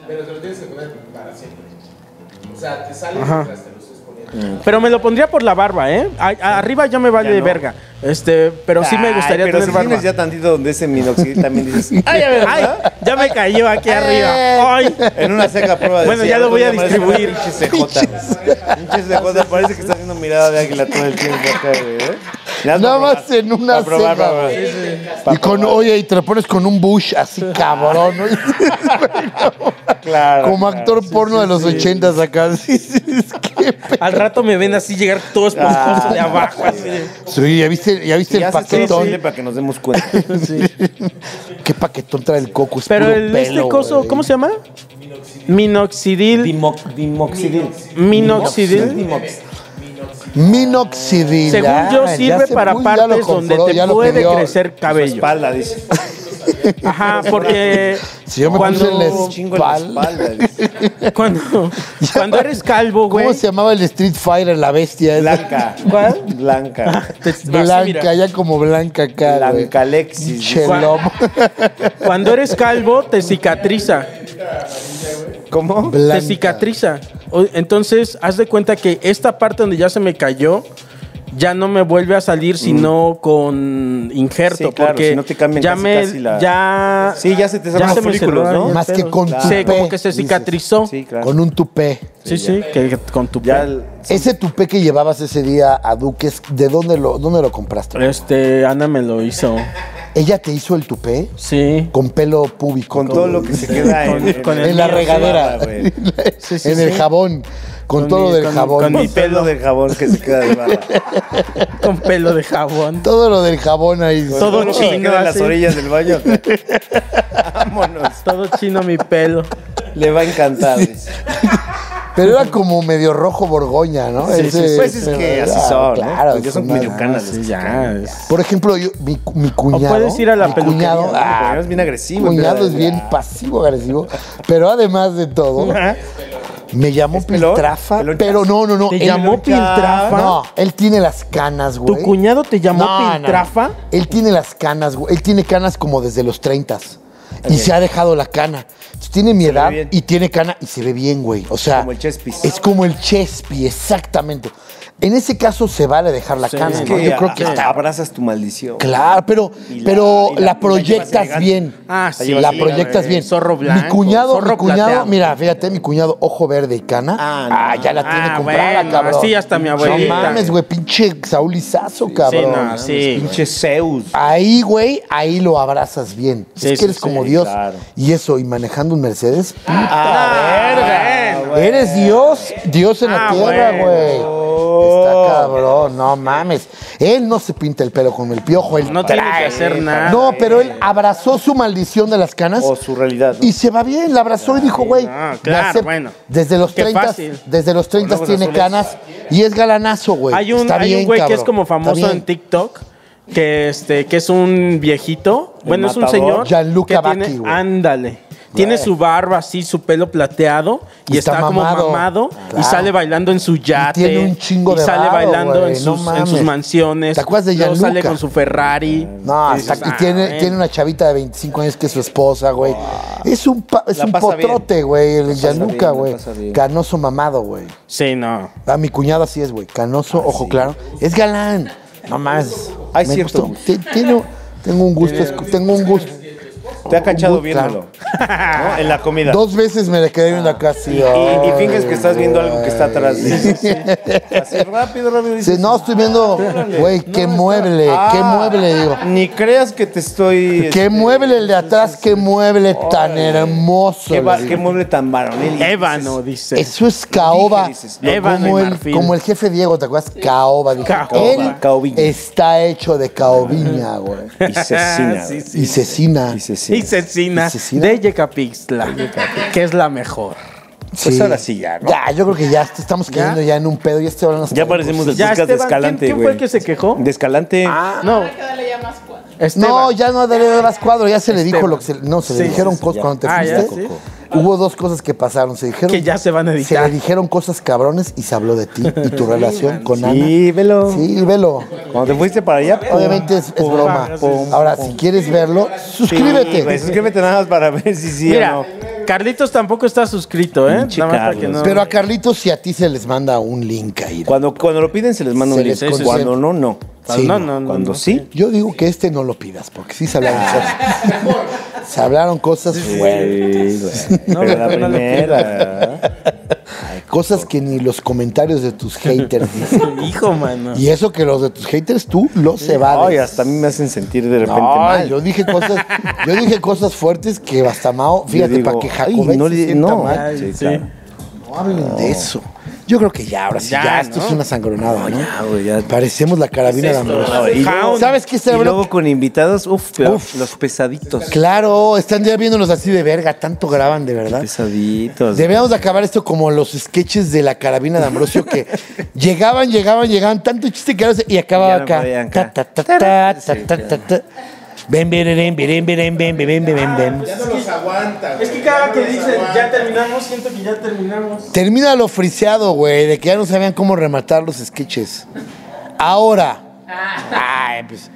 Pero te lo tienes que poner para siempre. O sea, te sale mientras te lo estés poniendo.
Pero me lo pondría por la barba, ¿eh? A- a- arriba ya me vale
Ya
de
no.
verga. Este, pero sí me gustaría
Ay, pero
tener
si
barba.
tienes ya tantito donde ese minoxidil también dices.
(laughs) Ay, ya me, ay, ya me cayó aquí arriba. Ay.
En una seca prueba de
Bueno, ya
cigarro,
lo voy a
tú apareces con (laughs)
distribuir.
Pinche CJ. Pinche CJ, parece que está haciendo mirada de águila todo el tiempo acá, güey. ¿eh? Nada
Nada
para
más
probar.
en una
Para probar,
ceja,
para
güey.
probar.
Y con, oye, y te lo pones con un bush
(laughs)
así cabrón, ¿no?
(laughs) Claro.
Como
claro.
actor porno de los ochentas acá. (laughs) Sí, sí, es que pe-
Al rato me ven así llegar todo esponjoso de abajo. Así de-
Ah, Sí, ya viste, ya viste
Y
el
haces todo lo
paquetón.
posible para que nos demos cuenta.
(laughs) Qué paquetón trae el coco. Es
Pero
puro
el,
pelo,
este coso,
güey.
¿cómo se llama? Minoxidil.
Dimox- Dimoxidil.
Minoxidil.
Dimox.
Minoxidil.
Según yo,
Ah, ya
sirve
se-
para
uy, ya lo
partes donde
compró, ya
te
lo
puede
pidió.
crecer cabello.
Espalda, dice.
Ajá, porque
(laughs) Si yo me
cuando,
puse el
Un chingo en la espalda. dice.
(laughs)
(laughs)
cuando, cuando eres calvo, güey.
¿Cómo se llamaba el Street Fighter, la bestia? esa?
Blanca.
¿Cuál?
Blanca.
Te- así, mira.
Blanca, ya como blanca acá, güey.
Blanca Alexis. dice.
Chelom.
Cuando eres calvo, te cicatriza.
¿Cómo?
Te cicatriza. O- Entonces, haz de cuenta que esta parte donde ya se me cayó, ya no me vuelve a salir sino con injerto.
Mm. Sí, claro,
porque
si no te cambian
ya
casi,
me.
casi la-
Ya.
Sí, ya se te cerraron los
me
folículos,
cerraron
¿no?
ya
Más que
pelos.
con
Sí,
tupé,
como que se
dices.
cicatrizó.
Sí, claro.
Con un tupé.
Sí, sí, que, que con tu
Ya
piel.
el-
Ese tupé que llevabas ese día a Duques, ¿de dónde lo, dónde lo compraste?
Eh.
Este, Ana me lo hizo.
¿Ella te hizo el tupé?
Sí.
Con pelo púbico.
con todo lo que se queda en,
Con- con el
En la
mío,
(laughs)
regadera.
güey.
Sí, sí,
en el
sí.
jabón. Con,
Con
todo
mi-
lo del
con-
jabón.
con
Mi pelo de jabón que se queda de barba. Pues
Con pelo de jabón.
Todo lo del jabón ahí.
Todo
lo que se
chino,
queda en las
así.
orillas del baño. (laughs) Vámonos.
Todo chino mi pelo.
Le va a encantar. dice.
Pero era como medio rojo borgoña, ¿no?
Sí,
Ese-
sí, pues es que así
Ah,
son, ¿no?
Claro,
Porque son
es una-
medio canas. los
Ah, ya.
Por ejemplo, yo- mi, cu- mi cuñado.
puedes ir a la
mi
peluquería,
cuñado,
¿no?
ah,
Pero es bien agresivo,
Mi cuñado
pero-
es
(laughs)
bien pasivo-agresivo. Pero además de todo, me llamó
Ah. ¿Es pelón?
Piltrafa.
¿Pelón?
Pero no, no, no.
¿Te
él-
llamó Piltrafa?
No, él tiene las canas,
¿Tu
güey.
cuñado te llamó
No, no, no.
Piltrafa?
Él tiene las canas, güey. Él tiene canas como desde los 30 y se ha dejado la cana. Entonces, tiene mi
ve
edad
bien.
y tiene cana y se ve bien, güey. O sea,
Como el Chespis.
es como el Chespi, exactamente. En ese caso se vale dejar la cana.
Es
¿no?
que
Yo creo que
a-
está
abrazas tu maldición.
Claro, pero,
Y la- y
pero
la-
la,
y la llevas
proyectas
elegante.
bien.
Ah, sí.
La
sí,
proyectas
eh,
bien.
zorro blanco,
Mi cuñado,
zorro
mi cuñado,
plateado.
mira, fíjate, mi cuñado, ojo verde y cana.
Ah,
Ah,
no.
ya la tiene
Ah,
comprada,
bueno,
cabrón.
así hasta mi abuelita.
No mames, güey, pinche saulizazo, cabrón.
no, sí.
Pinche Zeus.
Ahí, güey, ahí lo abrazas bien.
Sí,
es que
sí,
eres
sí,
como Dios.
claro.
Y eso, y manejando un Mercedes.
Ah,
puta, Eres Dios, Dios en la
Ah,
tierra,
bueno.
güey. Está cabrón, no mames. Él no se pinta el pelo con el piojo, él
No tiene que
trae.
hacer nada.
No, pero él abrazó su maldición de las canas
O su realidad. ¿no?
y se va bien, la abrazó y dijo, güey,
Ah,
me
claro,
acep-
bueno.
desde los
Qué
30,
fácil.
desde los 30
Con ojos
tiene
azules.
canas y es galanazo, güey.
Hay un,
Está
hay un
bien,
güey que es
cabrón.
como
Está
famoso
bien.
en TikTok, que este, que es un viejito. bueno, es un
matador.
señor.
Gianluca
que tiene-
Vacchi, güey.
Ándale. Tiene
Güey.
su barba así, su pelo plateado y,
Y
está,
está
como
mamado.
mamado
Claro.
y sale bailando en su yate.
tiene un chingo
y
de
sale
varo,
bailando
güey,
en,
no
sus, en
mames.
sus mansiones.
¿Te acuerdas de
Luego sale
Gianluca?
con su Ferrari.
No,
Dices,
hasta aquí
"Ah,
tiene,
ven".
tiene una chavita de 25 años que es su esposa, güey. Es un, pa- es
Ah. La
un
pasa
potrote,
bien.
güey, el
pasa bien,
Yanuca,
la
güey.
pasa bien.
Canoso mamado, güey.
Sí, no.
A mi cuñado así es, güey. Canoso, ojo claro. Es galán. No más.
Ah, Hay
Me
cierto
gustó. Te- Tengo, tengo un gusto, escu- tengo un gusto.
Te ha cachado
Un-
viéndolo. ¿no? En la comida.
Dos veces me le quedé viendo acá así.
Ah. Y, y- y finges que estás viendo
ay,
algo que está atrás. de Así rápido, rápido.
(laughs) Sí,
dices,
no, estoy viendo, güey, qué mueble, qué
Ah.
mueble, digo.
Ni creas que te estoy.
Qué
este,
mueble el de atrás, qué mueble tan hermoso.
Qué,
le
va-
digo.
este, qué mueble tan varonil.
Ébano, dice.
Eso es caoba.
Dije, dices,
lo- Ébano
como,
y
el,
marfil.
como el jefe Diego, ¿te acuerdas? Caoba. dijo.
Caoba.
Él
Caoviña.
está hecho de caobiña, güey.
(laughs)
Y cecina.
Sí,
güey.
sí.
Y cecina.
Y cecina.
Y Cecina
Cecina.
de Yecapixtla, que es la mejor.
Pues ahora sí ya, ¿no?
Ya, yo creo que ya est- estamos cayendo ya, en un pedo. este Ya estoy hablando hasta
Ya
de
parecemos del
Ya,
podcast de
Esteban, ¿quién-
Escalante,
quién
güey.
Ah,
fue el que se quejó?
De Ah. Escalante.
No,
Hay que darle ya más cuadro.
Esteban.
No, ya no daré horas cuadro, ya se le dijo lo que se, no, se le
Sí,
dijeron
sí, sí,
cosas
ya.
cuando te
Ah, ya,
fuiste.
sí.
Hubo dos cosas que pasaron, se dijeron
Que ya se van a editar.
Se le dijeron cosas cabrones y se habló de ti
(laughs)
y tu relación con Ana.
Sí, velo.
Sí, velo.
Cuando te fuiste para allá, pum,
Obviamente es, es
pum,
broma.
pum,
Ahora,
pum.
si quieres verlo,
Sí,
suscríbete.
güey, suscríbete nada más para ver si sí
Mira,
o no.
Carlitos tampoco está suscrito, ¿eh?
Pinche
Nada más para
Carlos.
que no-
Pero a Carlitos si a ti se les manda un link ahí.
Cuando, cuando lo piden se les manda
Se
un link.
les consiente.
Cuando no, no.
Sí,
no,
no,
no, no,
Cuando
no.
sí,
Yo digo que este no lo pidas, porque sí se hablaron
(laughs)
cosas. Se hablaron cosas fuertes,
Güey, güey.
No,
Pero la
no lo
primera.
cosas que ni los comentarios de tus haters dicen.
(laughs)
Hijo, mano.
Y eso que los de tus haters tú los se
Ay,
evades.
hasta a mí me hacen sentir de repente
No,
mal.
yo dije cosas, yo dije cosas fuertes que Bastamao, fíjate,
digo,
para que
ay,
Jacobet
no
se
le-
sienta
no.
mal,
Ay,
Sí,
sí,
claro.
no hablen de eso. Yo creo que ya, ahora sí, ya,
Ya,
esto
¿no?
es una sangronada, ¿no?
ya, Ah, güey, ya.
Parecemos la carabina de Ambrosio.
No, y luego-
¿Sabes qué está
y
bueno?
luego con invitados, uf, pero
Uf.
los pesaditos.
Claro, están ya viéndonos así de verga, tanto graban, de verdad.
Pesaditos.
Debíamos de acabar esto como los sketches de la carabina de Ambrosio
(laughs)
que llegaban, llegaban, llegaban, tanto chiste que ahora se- y acababa
Ya no
acá.
podían,
Ta,
acá.
ta, ta, ta, ta, ta, ta, ta. Ven, ven, ven, ven, ven, ven, ven, ven, ven, ven, ven.
Ya no los aguanta.
Es que cada que dicen ya terminamos, siento que ya terminamos.
Termina lo friseado, güey, de que ya no sabían cómo rematar los sketches. Ahora. Ay, pues.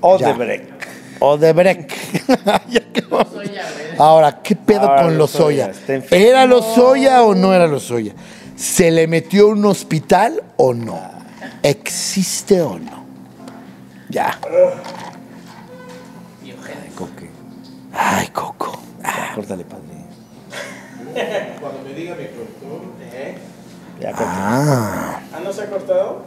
Oh, Odebrecht.
Odebrecht. (laughs) Ya acabó.
Soy ya, güey.
Ahora, ¿qué pedo
Ahora
con
Lozoya,
Lozoya?
está enfermo.
¿Era Lozoya o no era Lozoya? ¿Se le metió un hospital o no? ¿Existe o no? Ya. Ay, Coco.
Córtale, padre.
Cuando me diga mi productor, ¿eh?
Ya,
Ah.
¿Ah, no se ha cortado?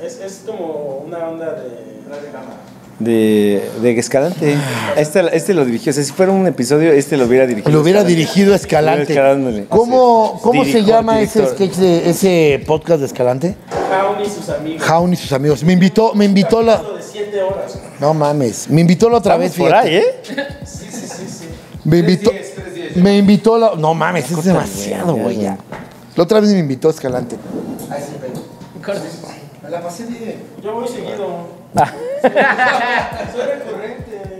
Es, es como una onda de Radio Lama.
de, de Escalante. Este, este lo dirigió. O sea, si fuera un episodio, este lo hubiera dirigido.
Ah. Lo hubiera
Escalante.
dirigido
Hubiera
Escalante.
Escalante.
¿Cómo, cómo se
Dirijo-
llama ese
director.
sketch de ese podcast de Escalante?
Jaun y sus amigos.
Jaun y sus amigos. Me invitó, me invitó la.
De 7 horas.
No mames. Me invitó la otra
Vamos
vez.
por
fíjate.
ahí, ¿eh?
(laughs)
Me invitó. Me invitó la. No mames, es demasiado, güey. ya. La otra vez me invitó Escalante.
Corte.
Yo voy seguido. Soy recurrente.